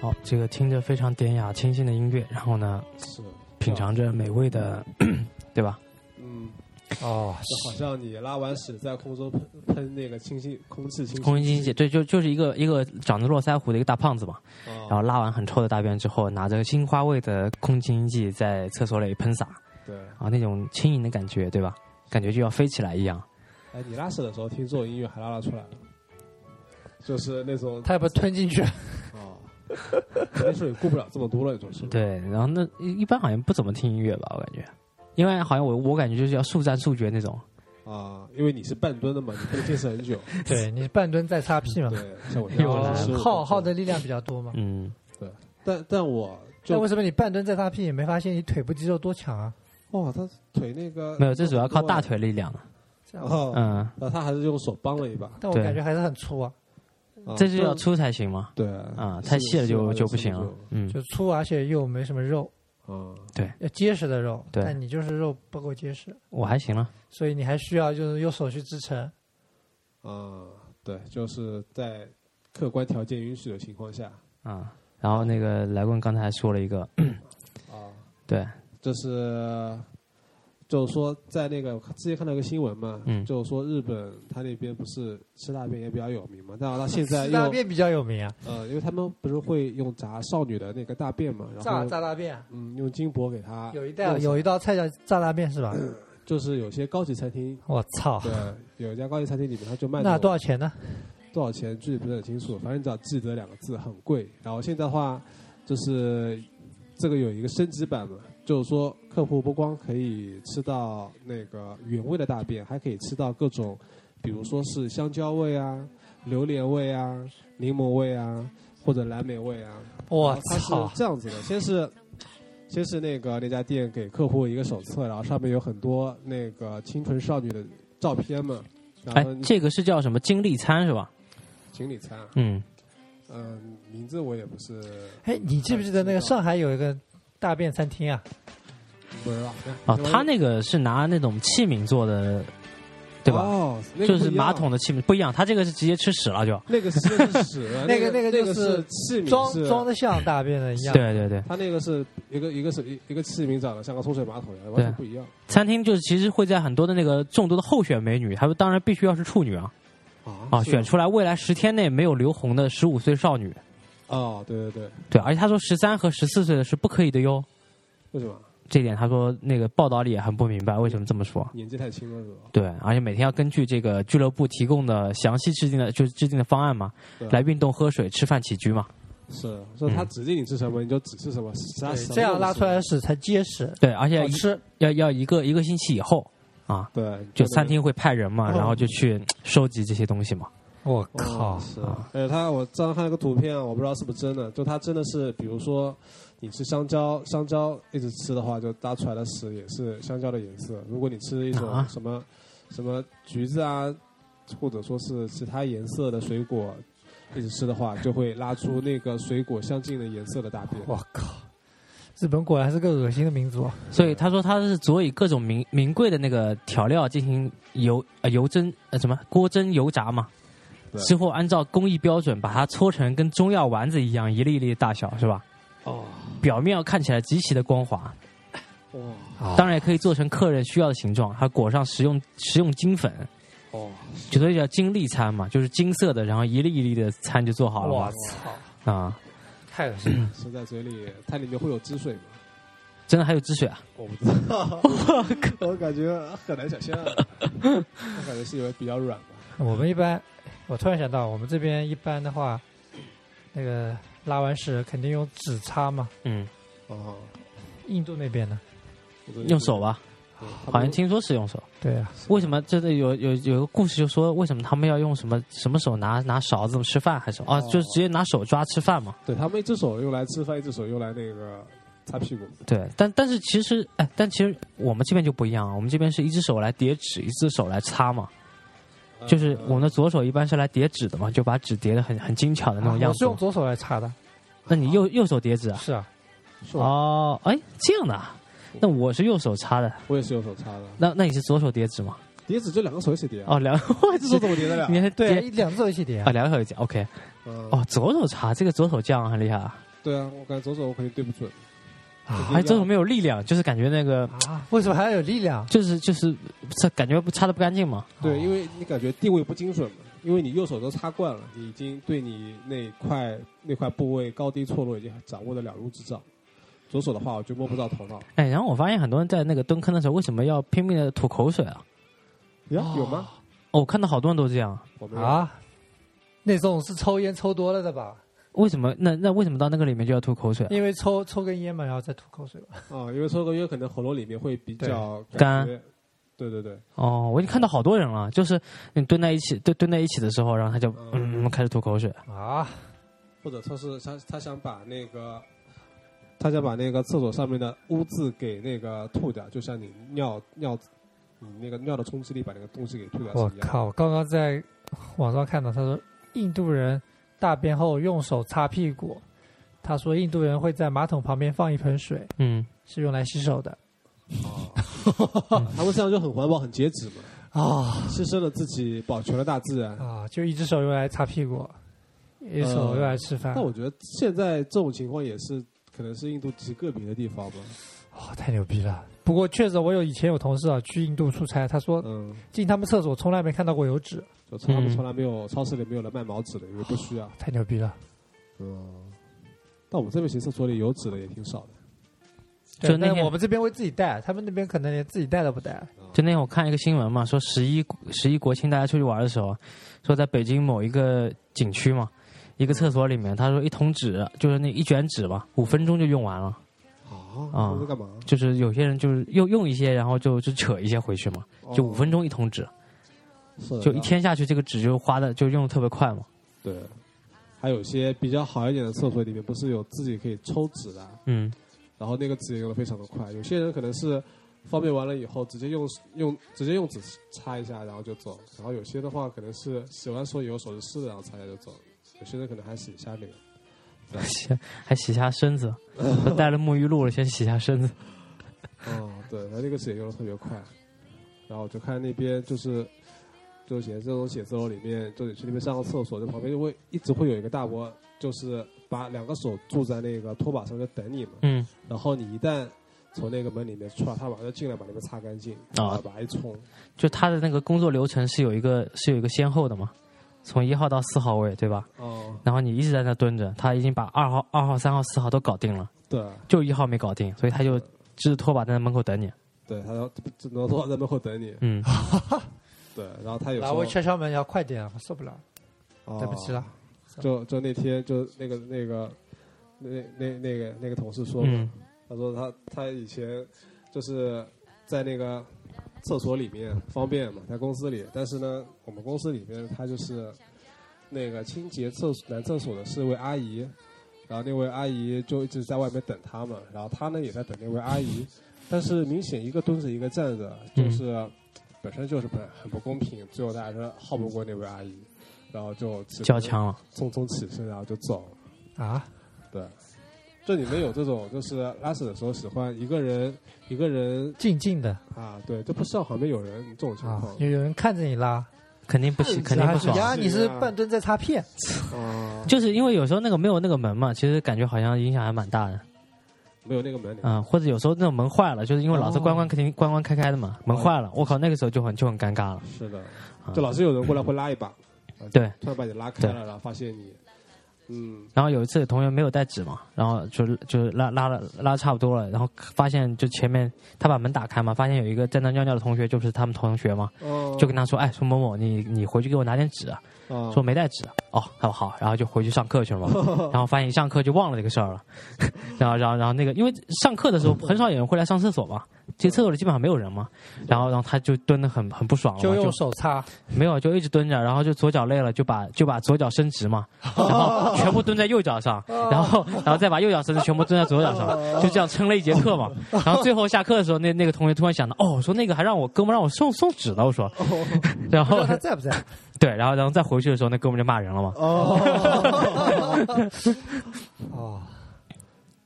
Speaker 2: 好，这个听着非常典雅清新的音乐，然后呢，
Speaker 3: 是，
Speaker 2: 品尝着美味的，对吧？
Speaker 3: 嗯，
Speaker 4: 哦，
Speaker 3: 就好像你拉完屎在空中喷喷那个清新空气清新
Speaker 2: 空气清新剂，对，就就是一个一个长着络腮胡的一个大胖子嘛，
Speaker 3: 哦
Speaker 2: 然后拉完很臭的大便之后，拿着新花味的空气清新剂在厕所里喷洒，
Speaker 3: 对，
Speaker 2: 啊，那种轻盈的感觉，对吧？感觉就要飞起来一样。
Speaker 3: 哎，你拉屎的时候听这种音乐还拉得出来了，就是那种
Speaker 4: 他要不 吞进去？
Speaker 3: 哦，肯定是也顾不了这么多了，你说是吧？
Speaker 2: 对，然后那一一般好像不怎么听音乐吧，我感觉，因为好像我我感觉就是要速战速决那种。
Speaker 3: 啊，因为你是半蹲的嘛，你可以坚持 很久。
Speaker 4: 对你半蹲在擦屁嘛，哦
Speaker 3: 对，像我这
Speaker 2: 又来
Speaker 3: 样
Speaker 2: 了
Speaker 3: 15
Speaker 4: 耗耗
Speaker 3: 分
Speaker 4: 的力量比较多嘛。
Speaker 2: 嗯，
Speaker 3: 钟，对，但但我
Speaker 4: 那
Speaker 3: 就
Speaker 4: 为什么你半蹲在擦屁，也没发现你腿部肌肉多强啊？
Speaker 3: 哇，哦他腿那个
Speaker 2: 没有，这主要靠大腿力量的。
Speaker 4: 这样，
Speaker 3: 哦，
Speaker 2: 嗯，
Speaker 3: 然后他还是用手帮了一把，
Speaker 4: 但我
Speaker 2: 对
Speaker 4: 感觉还是很粗啊，
Speaker 3: 啊
Speaker 2: 这就要粗才行嘛。啊
Speaker 3: 对
Speaker 2: 啊，太细了就就不行了。。嗯
Speaker 4: 就粗而且又没什么肉。
Speaker 3: 嗯，
Speaker 4: 要结实的肉，
Speaker 2: 对
Speaker 4: 但你就是肉不够结实，
Speaker 2: 我还行了，
Speaker 4: 所以你还需要就是用手去支撑。
Speaker 3: 啊，对，就是在客观条件允许的情况下
Speaker 2: 啊。然后那个来棍刚才还说了一个，
Speaker 3: 啊，
Speaker 2: 对，
Speaker 3: 就是就是说在那个之前看到一个新闻嘛，
Speaker 2: 嗯
Speaker 3: 就是说日本他那边不是吃大便也比较有名嘛，但是他现在
Speaker 4: 吃大
Speaker 3: 又
Speaker 4: 便比较有名啊，
Speaker 3: 呃，因为他们不是会用炸少女的那个大便嘛，
Speaker 4: 炸
Speaker 3: 然后
Speaker 4: 炸大便，啊
Speaker 3: 嗯用金箔给
Speaker 2: 啊
Speaker 3: 它
Speaker 4: 有一道
Speaker 3: 弄
Speaker 4: 有一道菜叫炸大便是吧？
Speaker 2: 嗯
Speaker 3: 就是有些高级餐厅。
Speaker 4: 我操，
Speaker 3: 对，有一家高级餐厅里面，他就卖
Speaker 4: 那
Speaker 3: 那
Speaker 4: 多
Speaker 3: 种
Speaker 4: 少钱呢？
Speaker 2: 啊
Speaker 3: 多少钱具体不是很清楚，反正你只要记得两个字，很贵。然后现在的话，就是这个有一个升级版嘛，就是说客户不光可以吃到那个原味的大便，还可以吃到各种，比如说是香蕉味啊、榴莲味啊、柠檬味啊，或者蓝莓味啊。
Speaker 4: 我
Speaker 3: 它是
Speaker 4: 操，
Speaker 3: 这样子的，先是先是那个那家店给客户一个手册，然后上面有很多那个清纯少女的照片嘛，然
Speaker 2: 哎
Speaker 3: 后，
Speaker 2: 这个是叫什么精力餐是吧？
Speaker 3: 请你猜啊，
Speaker 2: 嗯，
Speaker 3: 嗯，名字我也不是
Speaker 4: 哎，你记不记得那个上海有一个大便餐厅啊？，
Speaker 3: 不知道
Speaker 2: 啊，他那个是拿那种器皿做的，对吧？
Speaker 3: 哦，那个
Speaker 2: 就
Speaker 3: 不
Speaker 2: 是
Speaker 3: 一样
Speaker 2: 马桶的器皿不一样，他这个是直接吃屎了就。
Speaker 3: 那个是那个是屎 那
Speaker 4: 那个那个
Speaker 3: 那
Speaker 4: 就
Speaker 3: 个
Speaker 4: 是
Speaker 3: 器皿
Speaker 4: 装
Speaker 3: 是
Speaker 4: 装的像大便的一样。
Speaker 2: 对对对，
Speaker 3: 它那个是一个一个是一一个器皿长得像个冲水马桶一样，完全
Speaker 2: 对
Speaker 3: 不一样。
Speaker 2: 餐厅就是其实会在很多的那个众多的候选美女，还有当然必须要是处女啊
Speaker 3: 啊
Speaker 2: 啊，
Speaker 3: 是吗
Speaker 2: 选出来未来十天内没有留红的十五岁少女。
Speaker 3: 哦，对对对，
Speaker 2: 对，而且他说十三和十四岁的是不可以的哟，
Speaker 3: 为什么
Speaker 2: 这点他说那个报道里也很不明白为什么这么说。
Speaker 3: 年纪太轻了是吧？
Speaker 2: 对，而且每天要根据这个俱乐部提供的详细制定的就是制定的方案嘛
Speaker 3: 对，啊
Speaker 2: 来运动、喝水、吃饭、起居嘛。
Speaker 3: 是，说他指定你吃什么你就只吃什么，其他
Speaker 4: 对
Speaker 3: 什么
Speaker 4: 这样
Speaker 3: 都不
Speaker 4: 拉
Speaker 3: 吃
Speaker 4: 出来的屎才结实，
Speaker 2: 对，而且
Speaker 3: 哦
Speaker 4: 好吃。
Speaker 2: 要要一个一个星期以后啊，
Speaker 3: 对，
Speaker 2: 就餐厅会派人嘛，
Speaker 4: 哦
Speaker 2: 然后就去收集这些东西嘛。
Speaker 4: 我
Speaker 3: 哦
Speaker 4: 靠，
Speaker 3: 是
Speaker 2: 啊，
Speaker 3: 而且哎他我之前看了个图片啊，我不知道是不是真的，就他真的是，比如说你吃香蕉，香蕉一直吃的话，就搭出来的屎也是香蕉的颜色。如果你吃一
Speaker 2: 啊
Speaker 3: 种什么、什么橘子啊，或者说是其他颜色的水果。一直吃的话，就会拉出那个水果相近的颜色的大便。
Speaker 4: 我靠，日本果然是个恶心的民族。啊
Speaker 2: 所以他说他是佐以各种名名贵的那个调料进行油呃油蒸呃什么锅蒸油炸嘛，
Speaker 3: 对
Speaker 2: 之后按照工艺标准把它搓成跟中药丸子一样一粒一粒的大小是吧？
Speaker 3: 哦，
Speaker 2: 表面要看起来极其的光滑，
Speaker 3: 哇，
Speaker 2: 当然也可以做成客人需要的形状，还裹上食用食用金粉，
Speaker 3: 哦，
Speaker 2: 就所以叫金粒餐嘛，就是金色的，然后一粒一粒的餐就做好了
Speaker 4: 我
Speaker 2: 嘛
Speaker 4: 操，
Speaker 2: 啊，
Speaker 4: 太恶 心了！
Speaker 3: 吃在嘴里，它里面会有汁水吗？
Speaker 2: 真的还有汁水啊！
Speaker 3: 我不知道， 我感觉很难想象。啊 我感觉是因为比较软吧。
Speaker 4: 我们一般，我突然想到，我们这边一般的话，那个拉完屎肯定用纸擦嘛。
Speaker 2: 嗯，
Speaker 3: 哦，
Speaker 4: 印度那边呢？
Speaker 2: 用手吧，
Speaker 3: 对，
Speaker 2: 好像听说是用手。
Speaker 4: 对啊，
Speaker 2: 为什么真的有有有个故事就说为什么他们要用什么什么手拿拿勺子吃饭还是什么啊？
Speaker 3: 哦
Speaker 2: 就是直接拿手抓吃饭嘛。
Speaker 3: 对他们一只手用来吃饭，一只手用来那个擦屁股。
Speaker 2: 对，但但是其实哎，但其实我们这边就不一样啊，我们这边是一只手来叠纸，一只手来擦嘛。
Speaker 4: 嗯
Speaker 2: 就是我们的左手一般是来叠纸的嘛，就把纸叠的很很精巧的那种
Speaker 4: 啊
Speaker 2: 样
Speaker 4: 我是
Speaker 2: 子
Speaker 4: 用
Speaker 2: 嘛。
Speaker 4: 左手来擦的。
Speaker 2: 那你右右手叠纸啊？
Speaker 4: 是啊，
Speaker 3: 呃是吧
Speaker 2: 哦，哎，这样的啊。那我是右手擦的，
Speaker 3: 我也是用手擦的，
Speaker 2: 那那你是左手叠纸吗？
Speaker 3: 叠纸就两个手一起叠啊，
Speaker 2: 哦， 两，
Speaker 3: 一只手怎么叠得了？
Speaker 2: 你还
Speaker 4: 对啊，
Speaker 2: 叠
Speaker 4: 一两只手一起叠
Speaker 2: 啊，。两个手叠，OK。
Speaker 3: 嗯，
Speaker 2: 哦，左手擦，这个左手酱很厉害啊！
Speaker 3: 对啊，我感觉左手我肯定对不准。
Speaker 4: 啊
Speaker 2: 哎，左手没有力量，就是感觉那个
Speaker 4: 啊，为什么还要有力量？
Speaker 2: 就是就是擦，感觉不擦的不干净嘛。
Speaker 3: 对，因为你感觉地位不精准嘛，因为你右手都擦惯了，你已经对你那块那块部位高低错落已经掌握的了如指掌。左手的话，我就摸不到头脑。
Speaker 2: 哎，然后我发现很多人在那个蹲坑的时候，为什么要拼命的吐口水啊？
Speaker 3: 呀，有吗？
Speaker 2: 哦，我看到好多人都这样，
Speaker 3: 我没有。
Speaker 4: 啊，那种是抽烟抽多了的吧？
Speaker 2: 为什么？那那为什么到那个里面就要吐口水啊？
Speaker 4: 因为抽抽根烟嘛，然后再吐口水嘛。
Speaker 3: 啊，因为抽根烟可能喉咙里面会比较
Speaker 2: 对
Speaker 3: 感觉。对对对，
Speaker 2: 哦，我已经看到好多人了，就是你蹲在一起，蹲蹲在一起的时候，然后他就
Speaker 3: 嗯
Speaker 2: 嗯开始吐口水。
Speaker 4: 啊，
Speaker 3: 或者说是他他想把那个，他想把那个厕所上面的污渍给那个吐掉，就像你尿尿，你那个尿的冲击力把那个东西给吐掉
Speaker 4: 我
Speaker 3: 是一样的。
Speaker 4: 靠！我刚刚在网上看到，他说印度人大便后用手擦屁股。他说印度人会在马桶旁边放一盆水，
Speaker 2: 嗯，
Speaker 4: 是用来洗手的
Speaker 3: 他们这样就很环保、很节制嘛，
Speaker 4: 啊
Speaker 3: 牺牲了自己，保全了大自然。
Speaker 4: 啊，就一只手用来擦屁股，一只手用来吃饭。
Speaker 3: 但我觉得现在这种情况也是，可能是印度极个别的地方吧。
Speaker 4: 哇、哦太牛逼了！不过确实，我有以前有同事啊，去印度出差，他说
Speaker 3: 嗯，
Speaker 4: 进他们厕所从来没看到过有纸，
Speaker 3: 就从他们
Speaker 2: 嗯
Speaker 3: 从来没有超市里没有人卖毛纸的，因为不需要。
Speaker 4: 太牛逼了。
Speaker 3: 嗯，但我们这边其实厕所里有纸的也挺少的。
Speaker 4: 对
Speaker 2: 就那
Speaker 4: 但
Speaker 2: 天
Speaker 4: 我们这边会自己带，他们那边可能连自己带都不带。
Speaker 3: 嗯
Speaker 2: 就那天我看一个新闻嘛，说十一十一国庆大家出去玩的时候，说在北京某一个景区嘛，一个厕所里面，他说一桶纸就是那一卷纸吧，五分钟就用完了。
Speaker 3: 啊，
Speaker 2: 啊
Speaker 3: 那在干嘛？
Speaker 2: 就是有些人就是用用一些，然后就就扯一些回去嘛，
Speaker 3: 哦
Speaker 2: 就五分钟一桶纸，
Speaker 3: 钟
Speaker 2: 就一。天下去这个纸就花的就用的特别快嘛。
Speaker 3: 对，还有些比较好一点的厕所里面不是有自己可以抽纸的啊，
Speaker 2: 嗯，
Speaker 3: 然后那个纸也用的非常的快。有些人可能是方便完了以后直接用用直接用纸擦一下然后就走，然后有些的话可能是洗完手以后手是湿的然后擦一下就走，有些人可能还洗一下脸。
Speaker 2: 洗还洗下身子， 都带了沐浴露了，先洗下身子。
Speaker 3: 哦，对，他那个纸也用的特别快。然后我就看那边就是，就写这种写字楼里面，就你去那边上个厕所，就旁边就会一直会有一个大伯，就是把两个手住在那个拖把上面就等你嘛。
Speaker 2: 嗯，
Speaker 3: 然后你一旦从那个门里面出来，他马上就进来把那个擦干净，然后把它一冲。
Speaker 2: 就他的那个工作流程是有一个是有一个先后的嘛，从一号到四号位，对吧？
Speaker 3: 哦，
Speaker 2: 然后你一直在那蹲着，他已经把二号、二号、三号、四号都搞定了，
Speaker 3: 对
Speaker 2: 就一号没搞定，所以他就只拖把在门口等你。
Speaker 3: 对，他要只能说在门口等你。
Speaker 2: 嗯，
Speaker 3: 对，然后他有时
Speaker 4: 来，
Speaker 3: 候
Speaker 4: 我敲敲门，要快点啊，我受不了，
Speaker 3: 哦
Speaker 4: 对不起了。
Speaker 3: 就就那天就那个那个那那那个那个同事说嘛，
Speaker 2: 嗯
Speaker 3: 他说他他以前就是在那个厕所里面方便嘛，在公司里，但是呢，我们公司里面他就是那个清洁厕所男厕所的是一位阿姨，然后那位阿姨就一直在外面等他嘛，然后他呢也在等那位阿姨，但是明显一个蹲着一个站着，就是、本身就是很很不公平，最后他还是耗不过那位阿姨，然后就只能
Speaker 2: 交枪了。
Speaker 3: 匆匆起身，然后就走了。
Speaker 4: 啊，
Speaker 3: 对，就你们有这种，就是拉屎的时候喜欢一个人，一个人
Speaker 4: 静静的
Speaker 3: 啊，对，就不知道旁边有人这种情
Speaker 4: 啊
Speaker 3: 况，
Speaker 4: 有有人看着你拉，
Speaker 2: 肯定不行，肯定不
Speaker 4: 是啊
Speaker 2: 爽。
Speaker 4: 呀，你是半蹲在擦屁，
Speaker 3: 啊，
Speaker 2: 就是因为有时候那个没有那个门嘛，其实感觉好像影响还蛮大的。
Speaker 3: 没有那个门铃，
Speaker 2: 嗯，或者有时候那种门坏了，就是因为老是
Speaker 4: 哦
Speaker 2: 关关肯定关关开开的嘛，门坏了，我靠，那个时候就很就很尴尬了。
Speaker 3: 是的，
Speaker 2: 啊
Speaker 3: 就老是有人过来会拉一把，啊
Speaker 2: 对，
Speaker 3: 突然把你拉开了，然后发现你，嗯，
Speaker 2: 然后有一次同学没有带纸嘛，然后就就拉拉了拉差不多了，然后发现就前面他把门打开嘛，发现有一个在那尿尿的同学就是他们同学嘛，
Speaker 3: 哦
Speaker 2: 就跟他说，哎，说某某，你你回去给我拿点纸啊，
Speaker 3: 啊
Speaker 2: 说没带纸啊，哦，他说好，然后就回去上课去 了嘛，然后发现一上课就忘了这个事儿了， 然后然后然后那个因为上课的时候
Speaker 4: 嗯
Speaker 2: 很少有人会来上厕所嘛，这厕所里基本上没有人嘛，然后然后他就蹲的很很不爽了嘛，
Speaker 4: 就用手擦，
Speaker 2: 没有，就一直蹲着，然后就左脚累了，就把就把左脚伸直 嘛，然后全部蹲在右脚上，然后然后再把右脚伸直，全部蹲在左脚上，就这样撑了一节课 嘛。然后最后下课的时候，那那个同学突然想到，哦，我说那个还让我哥们让我送送纸了，我说， 然
Speaker 4: 不知
Speaker 2: 后
Speaker 4: 道他在不在。
Speaker 2: 对，然后然后再回去的时候，那哥们就骂人了嘛。
Speaker 4: 哦， 哦，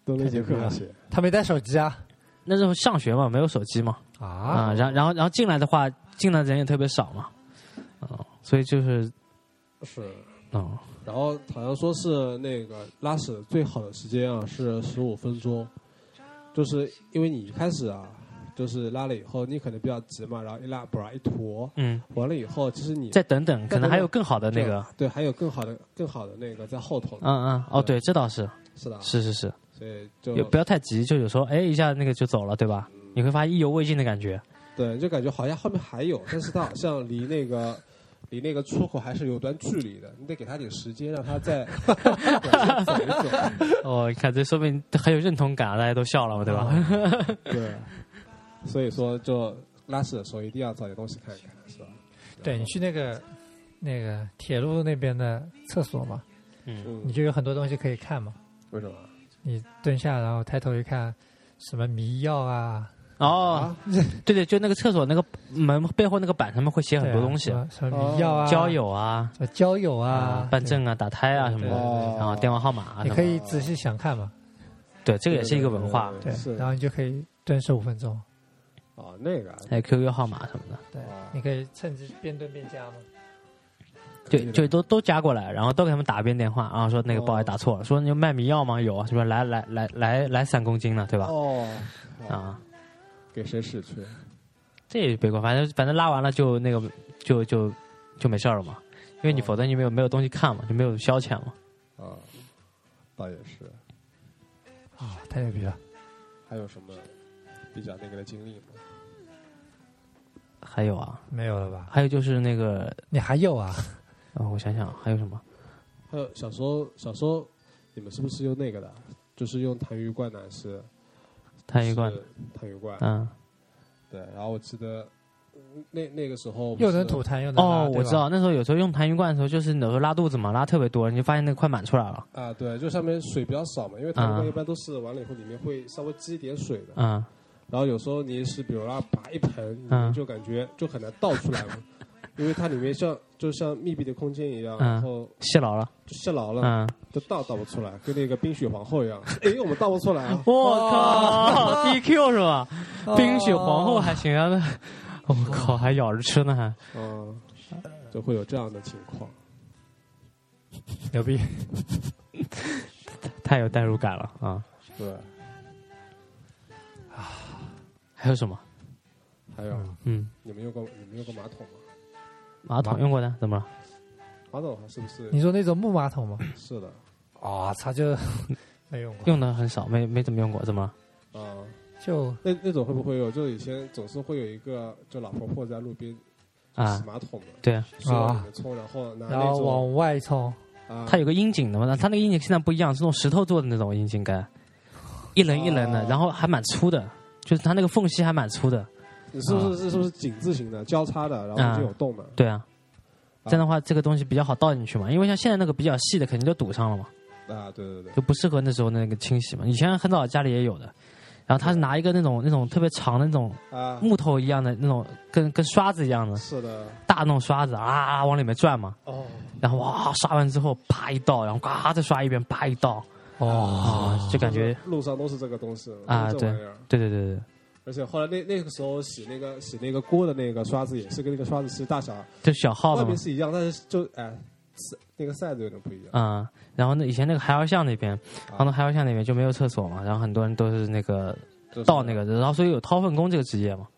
Speaker 3: 蹲了一节课而且，
Speaker 4: 他没带手机啊
Speaker 2: 那时候上学嘛，没有手机嘛，啊、
Speaker 4: 啊，
Speaker 2: 然后然后然后进来的话，进来的人也特别少嘛，嗯、所以就是
Speaker 3: 是，
Speaker 2: 嗯，
Speaker 3: 然后好像说是那个拉屎最好的时间啊是十五分钟，就是因为你一开始啊，就是拉了以后你可能比较急嘛，然后一拉不然一坨，
Speaker 2: 嗯，
Speaker 3: 完了以后其实你
Speaker 2: 再等等，可能还有更好的那个，
Speaker 3: 对，还有更好的更好的那个在后头，
Speaker 2: 嗯嗯，哦对，这倒是，
Speaker 3: 是的啊，
Speaker 2: 是是是。
Speaker 3: 所以
Speaker 4: 嗯
Speaker 3: 就
Speaker 2: 也不要太急，就有时候哎一下那个就走了，对吧？你会发现意犹未尽的感 觉。
Speaker 3: 对，就感觉好像后面还有，但是它好像离那个。离那个出口还是有段距离的，你得给他点时间，让他 再往前走一走。
Speaker 2: 哦，你看这说明很有认同感啊，大家都笑了嘛，对吧？
Speaker 3: 对，所以说就拉屎的时候一定要找点东西看一看，是吧？
Speaker 4: 对你去那个那个铁路那边的厕所嘛，
Speaker 2: 嗯，
Speaker 4: 你
Speaker 3: 嗯，
Speaker 4: 就有很多东西可以看嘛。
Speaker 3: 为什么？
Speaker 4: 你蹲下，然后抬头一看，什么迷药 啊，
Speaker 2: 哦，对对，就那个厕所那个门背后那个板上面会写很多
Speaker 4: 对啊
Speaker 2: 东西
Speaker 4: 什，么什
Speaker 3: 哦
Speaker 4: 么迷药啊，
Speaker 2: 交友啊、
Speaker 4: 什么交友啊，
Speaker 2: 办证啊、打胎啊什么
Speaker 4: 对对
Speaker 2: 的，
Speaker 4: 对哦
Speaker 2: 然后电话号码啊什
Speaker 4: 你
Speaker 2: 么
Speaker 4: 可
Speaker 2: 的。
Speaker 4: 以仔细想看嘛。
Speaker 3: 啊
Speaker 2: 对，这个也是一个文化。
Speaker 4: 对
Speaker 3: 是，
Speaker 4: 然
Speaker 3: 啊
Speaker 4: 后你就可以蹲十五分钟，，
Speaker 3: 哦那个啊
Speaker 2: 还有 QQ 号码什么的，
Speaker 4: 对
Speaker 3: 哦，
Speaker 4: 你可以趁机边蹲边加嘛。
Speaker 3: 可
Speaker 2: 就
Speaker 3: 以的
Speaker 2: 就都都加过来，然后都给他们打一遍电话，然后说那
Speaker 4: 哦
Speaker 2: 个不好意思打错了，说你有卖迷药吗？有啊，是不是来来来来来三公斤了，对吧？
Speaker 3: 哦，哦
Speaker 2: 啊，
Speaker 3: 给谁使去？
Speaker 2: 这也别管，反正反正拉完了就那个就就就没事儿了嘛，因为你
Speaker 3: 哦
Speaker 2: 否则你没有没有东西看嘛，就没有消遣嘛。
Speaker 3: 啊，倒也是。
Speaker 4: 啊，太牛逼了！
Speaker 3: 还有什么比较那个的经历吗？
Speaker 2: 还有啊，
Speaker 4: 没有了吧？
Speaker 2: 还有就是那个，
Speaker 4: 你还有啊？
Speaker 2: 呃我想想还有什么？
Speaker 3: 还有小时候，小时候你们是不是用那个的？就是用痰盂罐奶是
Speaker 2: 太一罐，，
Speaker 3: 痰盂罐。
Speaker 2: 嗯，
Speaker 3: 对，然后我记得嗯那那个时候
Speaker 4: 又能
Speaker 3: 吐
Speaker 4: 吐痰又能拉
Speaker 2: 哦，我知。
Speaker 4: 对吧
Speaker 2: 道，那时候有时候用痰盂罐的时候，就是有时候拉肚子嘛，拉特别多，你就发现那个快满出来了，
Speaker 3: 啊，对，就上面水比较少嘛，因为痰盂
Speaker 2: 啊
Speaker 3: 罐一般都是完了以后里面会稍微积一点水的。
Speaker 2: 嗯，
Speaker 3: 然后有时候你是比如拉拔一盆，
Speaker 2: 嗯
Speaker 3: 你就感觉就很难倒出来嘛，因为它里面像就像密闭的空间一样，
Speaker 2: 嗯
Speaker 3: 然后
Speaker 2: 泄牢了，
Speaker 3: 就泄牢了，
Speaker 2: 嗯，
Speaker 3: 就倒倒不出来，跟那个冰雪皇后一样。 哎，我们倒不出来啊！
Speaker 2: 我靠，DQ 是吧？冰雪皇后还行啊，那我靠，还咬着吃呢，还
Speaker 3: 嗯，就会有这样的情况。
Speaker 4: 牛逼！
Speaker 2: 太有代入感了啊！
Speaker 3: 对，
Speaker 2: 还有什么？
Speaker 3: 还有、
Speaker 2: 嗯，
Speaker 3: 你们用过你们用过马桶吗？
Speaker 2: 马桶嗯用过的怎么了？
Speaker 3: 马桶是不是
Speaker 4: 你说那种木马桶吗？
Speaker 2: 嗯
Speaker 3: 是的
Speaker 4: 啊，操， 就没用过。
Speaker 2: 用的很少，没没怎么用过，怎么了？
Speaker 3: 啊？
Speaker 4: 就
Speaker 3: 那那种会不会有？就以前总是会有一个就老婆婆在路边洗
Speaker 2: 啊，
Speaker 3: 马桶嘛，
Speaker 2: 对啊，
Speaker 3: 水往里面冲，然后拿
Speaker 4: 然
Speaker 3: 那
Speaker 4: 后
Speaker 3: 种
Speaker 4: 往外冲，
Speaker 3: 啊，
Speaker 2: 它有个阴茎的嘛，它那个阴茎现在不一样，是那种石头做的那种阴茎盖，一棱一棱的
Speaker 3: 哦，
Speaker 2: 然后还蛮粗的，就是它那个缝隙还蛮粗的。
Speaker 3: 你是不是
Speaker 2: 啊
Speaker 3: 是不是井字形的交叉的，然后就有洞嘛？
Speaker 2: 对啊，
Speaker 3: 啊
Speaker 2: 这样的话这个东西比较好倒进去嘛，因为像现在那个比较细的肯定就堵上了嘛，
Speaker 3: 啊，对对对，
Speaker 2: 就不适合那时候那个清洗嘛。以前很早家里也有的，然后他是拿一个那种那种特别长的那种
Speaker 3: 啊，
Speaker 2: 木头一样的那种跟跟刷子一样的
Speaker 3: 是的，
Speaker 2: 大那种刷子啊啊往里面转嘛，
Speaker 3: 哦，
Speaker 2: 然后哇刷完之后啪一倒，然后嘎再刷一遍啪一倒，哦，就感觉
Speaker 3: 路上都是这个东西
Speaker 2: 啊
Speaker 3: 都是这玩意儿。
Speaker 2: 对对对对，
Speaker 3: 而且后来那那个时候洗那个洗那个锅的那个刷子也是跟那个刷子是大小
Speaker 2: 就小号
Speaker 3: 外
Speaker 2: 的嘛
Speaker 3: 面，是一样，但是就哎，是那个 size 有点不一样。
Speaker 2: 嗯，然后那以前那个海腰巷那边，然后那海腰巷那边就没有厕所嘛，然后很多人都是那个
Speaker 3: 就是
Speaker 2: 倒那个，然后所以有掏粪工这个职业嘛。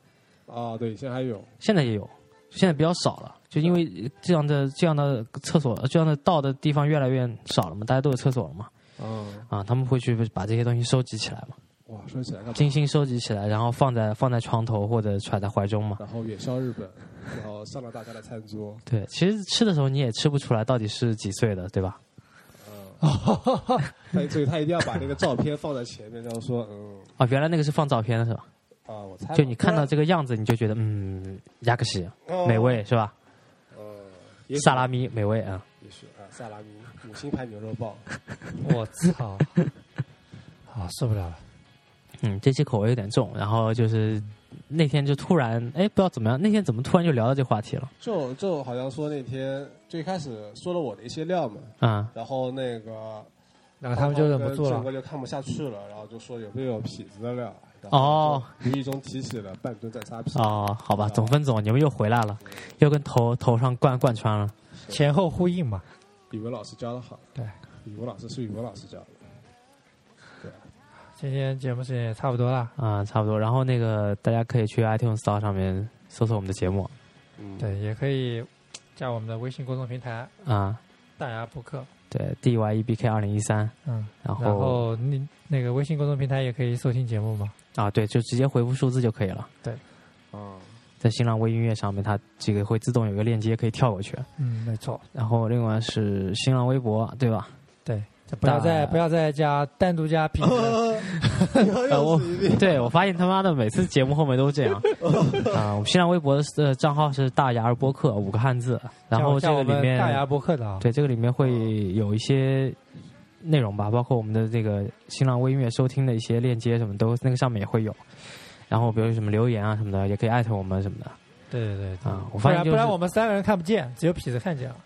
Speaker 3: 啊，对，以前还有
Speaker 2: 现在也有，现在比较少了，就因为这样的这样的厕所、这样的倒的地方越来越少了嘛，大家都有厕所了嘛，
Speaker 3: 啊，
Speaker 2: 啊，他们会去把这些东西收集起来嘛，
Speaker 3: 哇，说起来干嘛？
Speaker 2: 精心收集起来，然后放在放在床头或者揣在怀中嘛。
Speaker 3: 然后远销日本，然后上了大家的餐桌，
Speaker 2: 对，其实吃的时候你也吃不出来到底是几岁的，对吧？
Speaker 3: 嗯，他所以他一定要把那个照片放在前面，然后说嗯
Speaker 2: 啊，原来那个是放照片的是吧？
Speaker 3: 啊，我猜
Speaker 2: 就你看到这个样子，你就觉得嗯，亚克西美，味是吧？
Speaker 3: 呃，哦也许
Speaker 2: 萨拉米美味啊、
Speaker 3: 也许啊，萨拉米五星牌牛肉棒，
Speaker 4: 我操！啊，受不了了！
Speaker 2: 嗯，这期口味有点重，然后就是那天就突然哎，不知道怎么样，那天怎么突然就聊到这话题了
Speaker 3: 就就好像说那天最开始说了我的一些料嘛，
Speaker 2: 啊？
Speaker 3: 然后那个
Speaker 4: 然后他们就忍不住
Speaker 3: 然后跟郑
Speaker 4: 了，
Speaker 3: 哥就看不下去了，然后就说有没有痞子的料，然后
Speaker 2: 哦
Speaker 3: 就无意中提起了半吨再擦屁，
Speaker 2: 哦，好吧，总分总，你们又回来了，又跟头头上贯贯穿了。
Speaker 4: 前后呼应嘛。
Speaker 3: 语文老师教的好，
Speaker 4: 对，
Speaker 3: 语文老师是语文老师教的，
Speaker 4: 今天节目时间也差不多了，
Speaker 2: 啊、差不多。然后那个大家可以去 iTunes Store 上面搜索我们的节目
Speaker 3: 嗯，
Speaker 4: 对，也可以加我们的微信公众平台
Speaker 2: 啊、
Speaker 4: “大牙播客
Speaker 2: 对，D Y E B K 二零一三。”。
Speaker 4: 嗯，
Speaker 2: 然后
Speaker 4: 然后那那个微信公众平台也可以收听节目嘛。
Speaker 2: 啊，对，就直接回复数字就可以了。
Speaker 3: 啊，
Speaker 2: 在新浪微音乐上面，它这个会自动有个链接可以跳过去。
Speaker 4: 嗯，没错。
Speaker 2: 然后另外是新浪微博，对吧？
Speaker 4: 对，不要再不要再加单独加 品牌。哎
Speaker 2: 呃，我对我发现他妈的每次节目后面都 这样啊、我们新浪微博的呃账号是大牙儿播客五个汉字，然后这
Speaker 4: 像
Speaker 2: 个
Speaker 4: 我
Speaker 2: 里
Speaker 4: 们
Speaker 2: 面
Speaker 4: 大牙播客的啊，
Speaker 2: 对，这个里面会有一些内容吧，包括我们的这个新浪微音乐收听的一些链接什么都，那个上面也会有。然后比如什么留言啊什么的，也可以艾特我们什么的
Speaker 4: 对对对对
Speaker 2: 啊。我
Speaker 4: 不
Speaker 2: 发现
Speaker 4: 然
Speaker 2: 就是
Speaker 4: 不然我们三个人看不见，只有痞子看见了。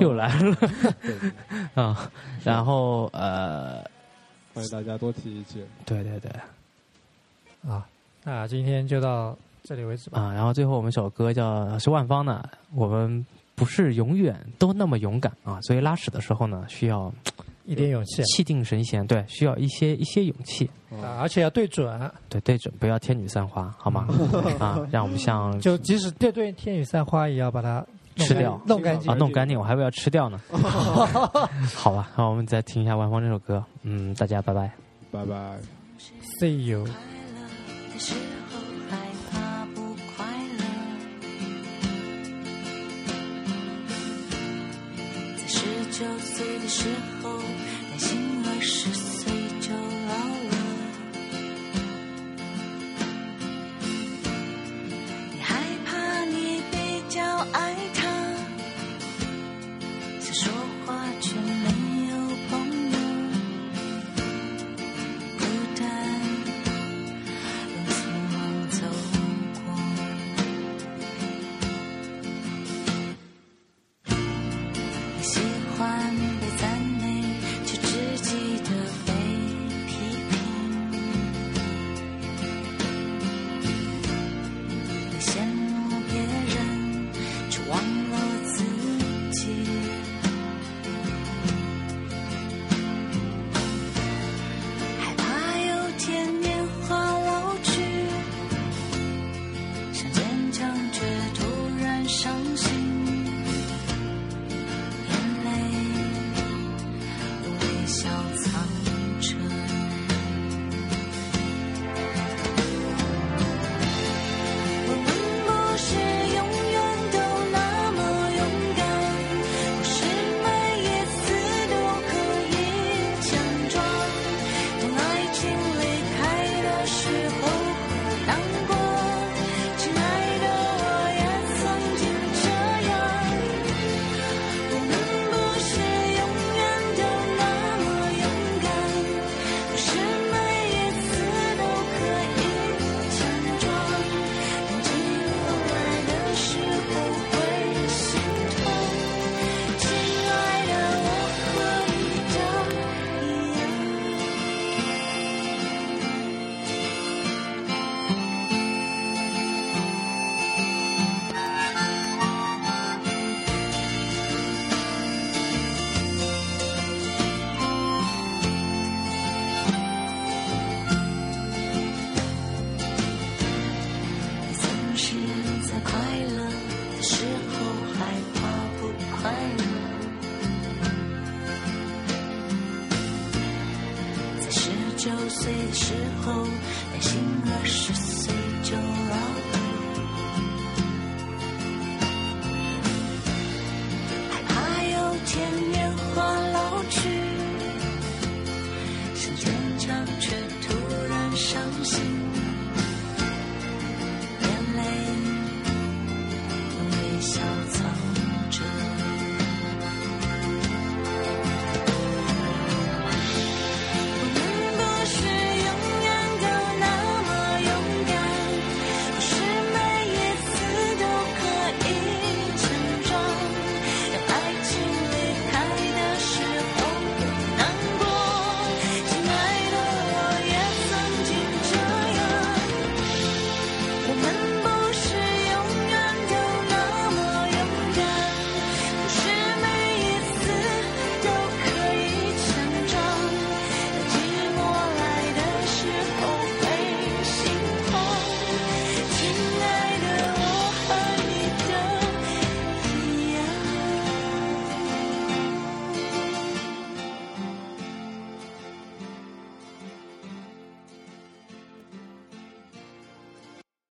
Speaker 2: 又来了
Speaker 3: 对，
Speaker 2: 啊。然后呃，
Speaker 3: 欢迎大家多提意见。
Speaker 2: 对对对，
Speaker 4: 啊，那今天就到这里为止吧。
Speaker 2: 啊，然后最后我们首歌叫是万芳的，我们不是永远都那么勇敢啊，所以拉屎的时候呢，需要
Speaker 4: 一点勇气
Speaker 2: 气定神闲，对，需要一些一些勇气，
Speaker 4: 啊，而且要对准，
Speaker 2: 对对准，不要天女散花，好吗？啊，让我们像
Speaker 4: 就即使对对天女散花，也要把它弄
Speaker 2: 吃
Speaker 4: 干
Speaker 2: 掉
Speaker 4: 弄干净
Speaker 2: 啊，。弄干净，我还以为要吃掉呢。 好吧，那我们再听一下万芳这首歌，嗯，大家拜拜。
Speaker 3: 拜拜。
Speaker 4: See you。
Speaker 5: 快乐的时候害怕不快乐，在十九岁的时候担心二十岁就老了，你害怕你比较爱他，想说话却没有朋友，孤单。用希望走过。你喜欢被赞美，却只记得被批评。你羡慕别人，却忘了自己。害怕有天年华老去，想坚强却突然伤心，眼泪用微笑藏着。我们不是永远都那么勇敢，不是每一次都可以强壮。当爱情离开的时候很难过，亲爱的，我也曾经这样。我们不是永远都那么勇敢，不是每一次都可以强壮。当寂寞来的时候会心痛，亲爱的，我和你都一样。总是在快乐的时候害怕不快哎乐，在十九岁的时候担心二十岁就老了。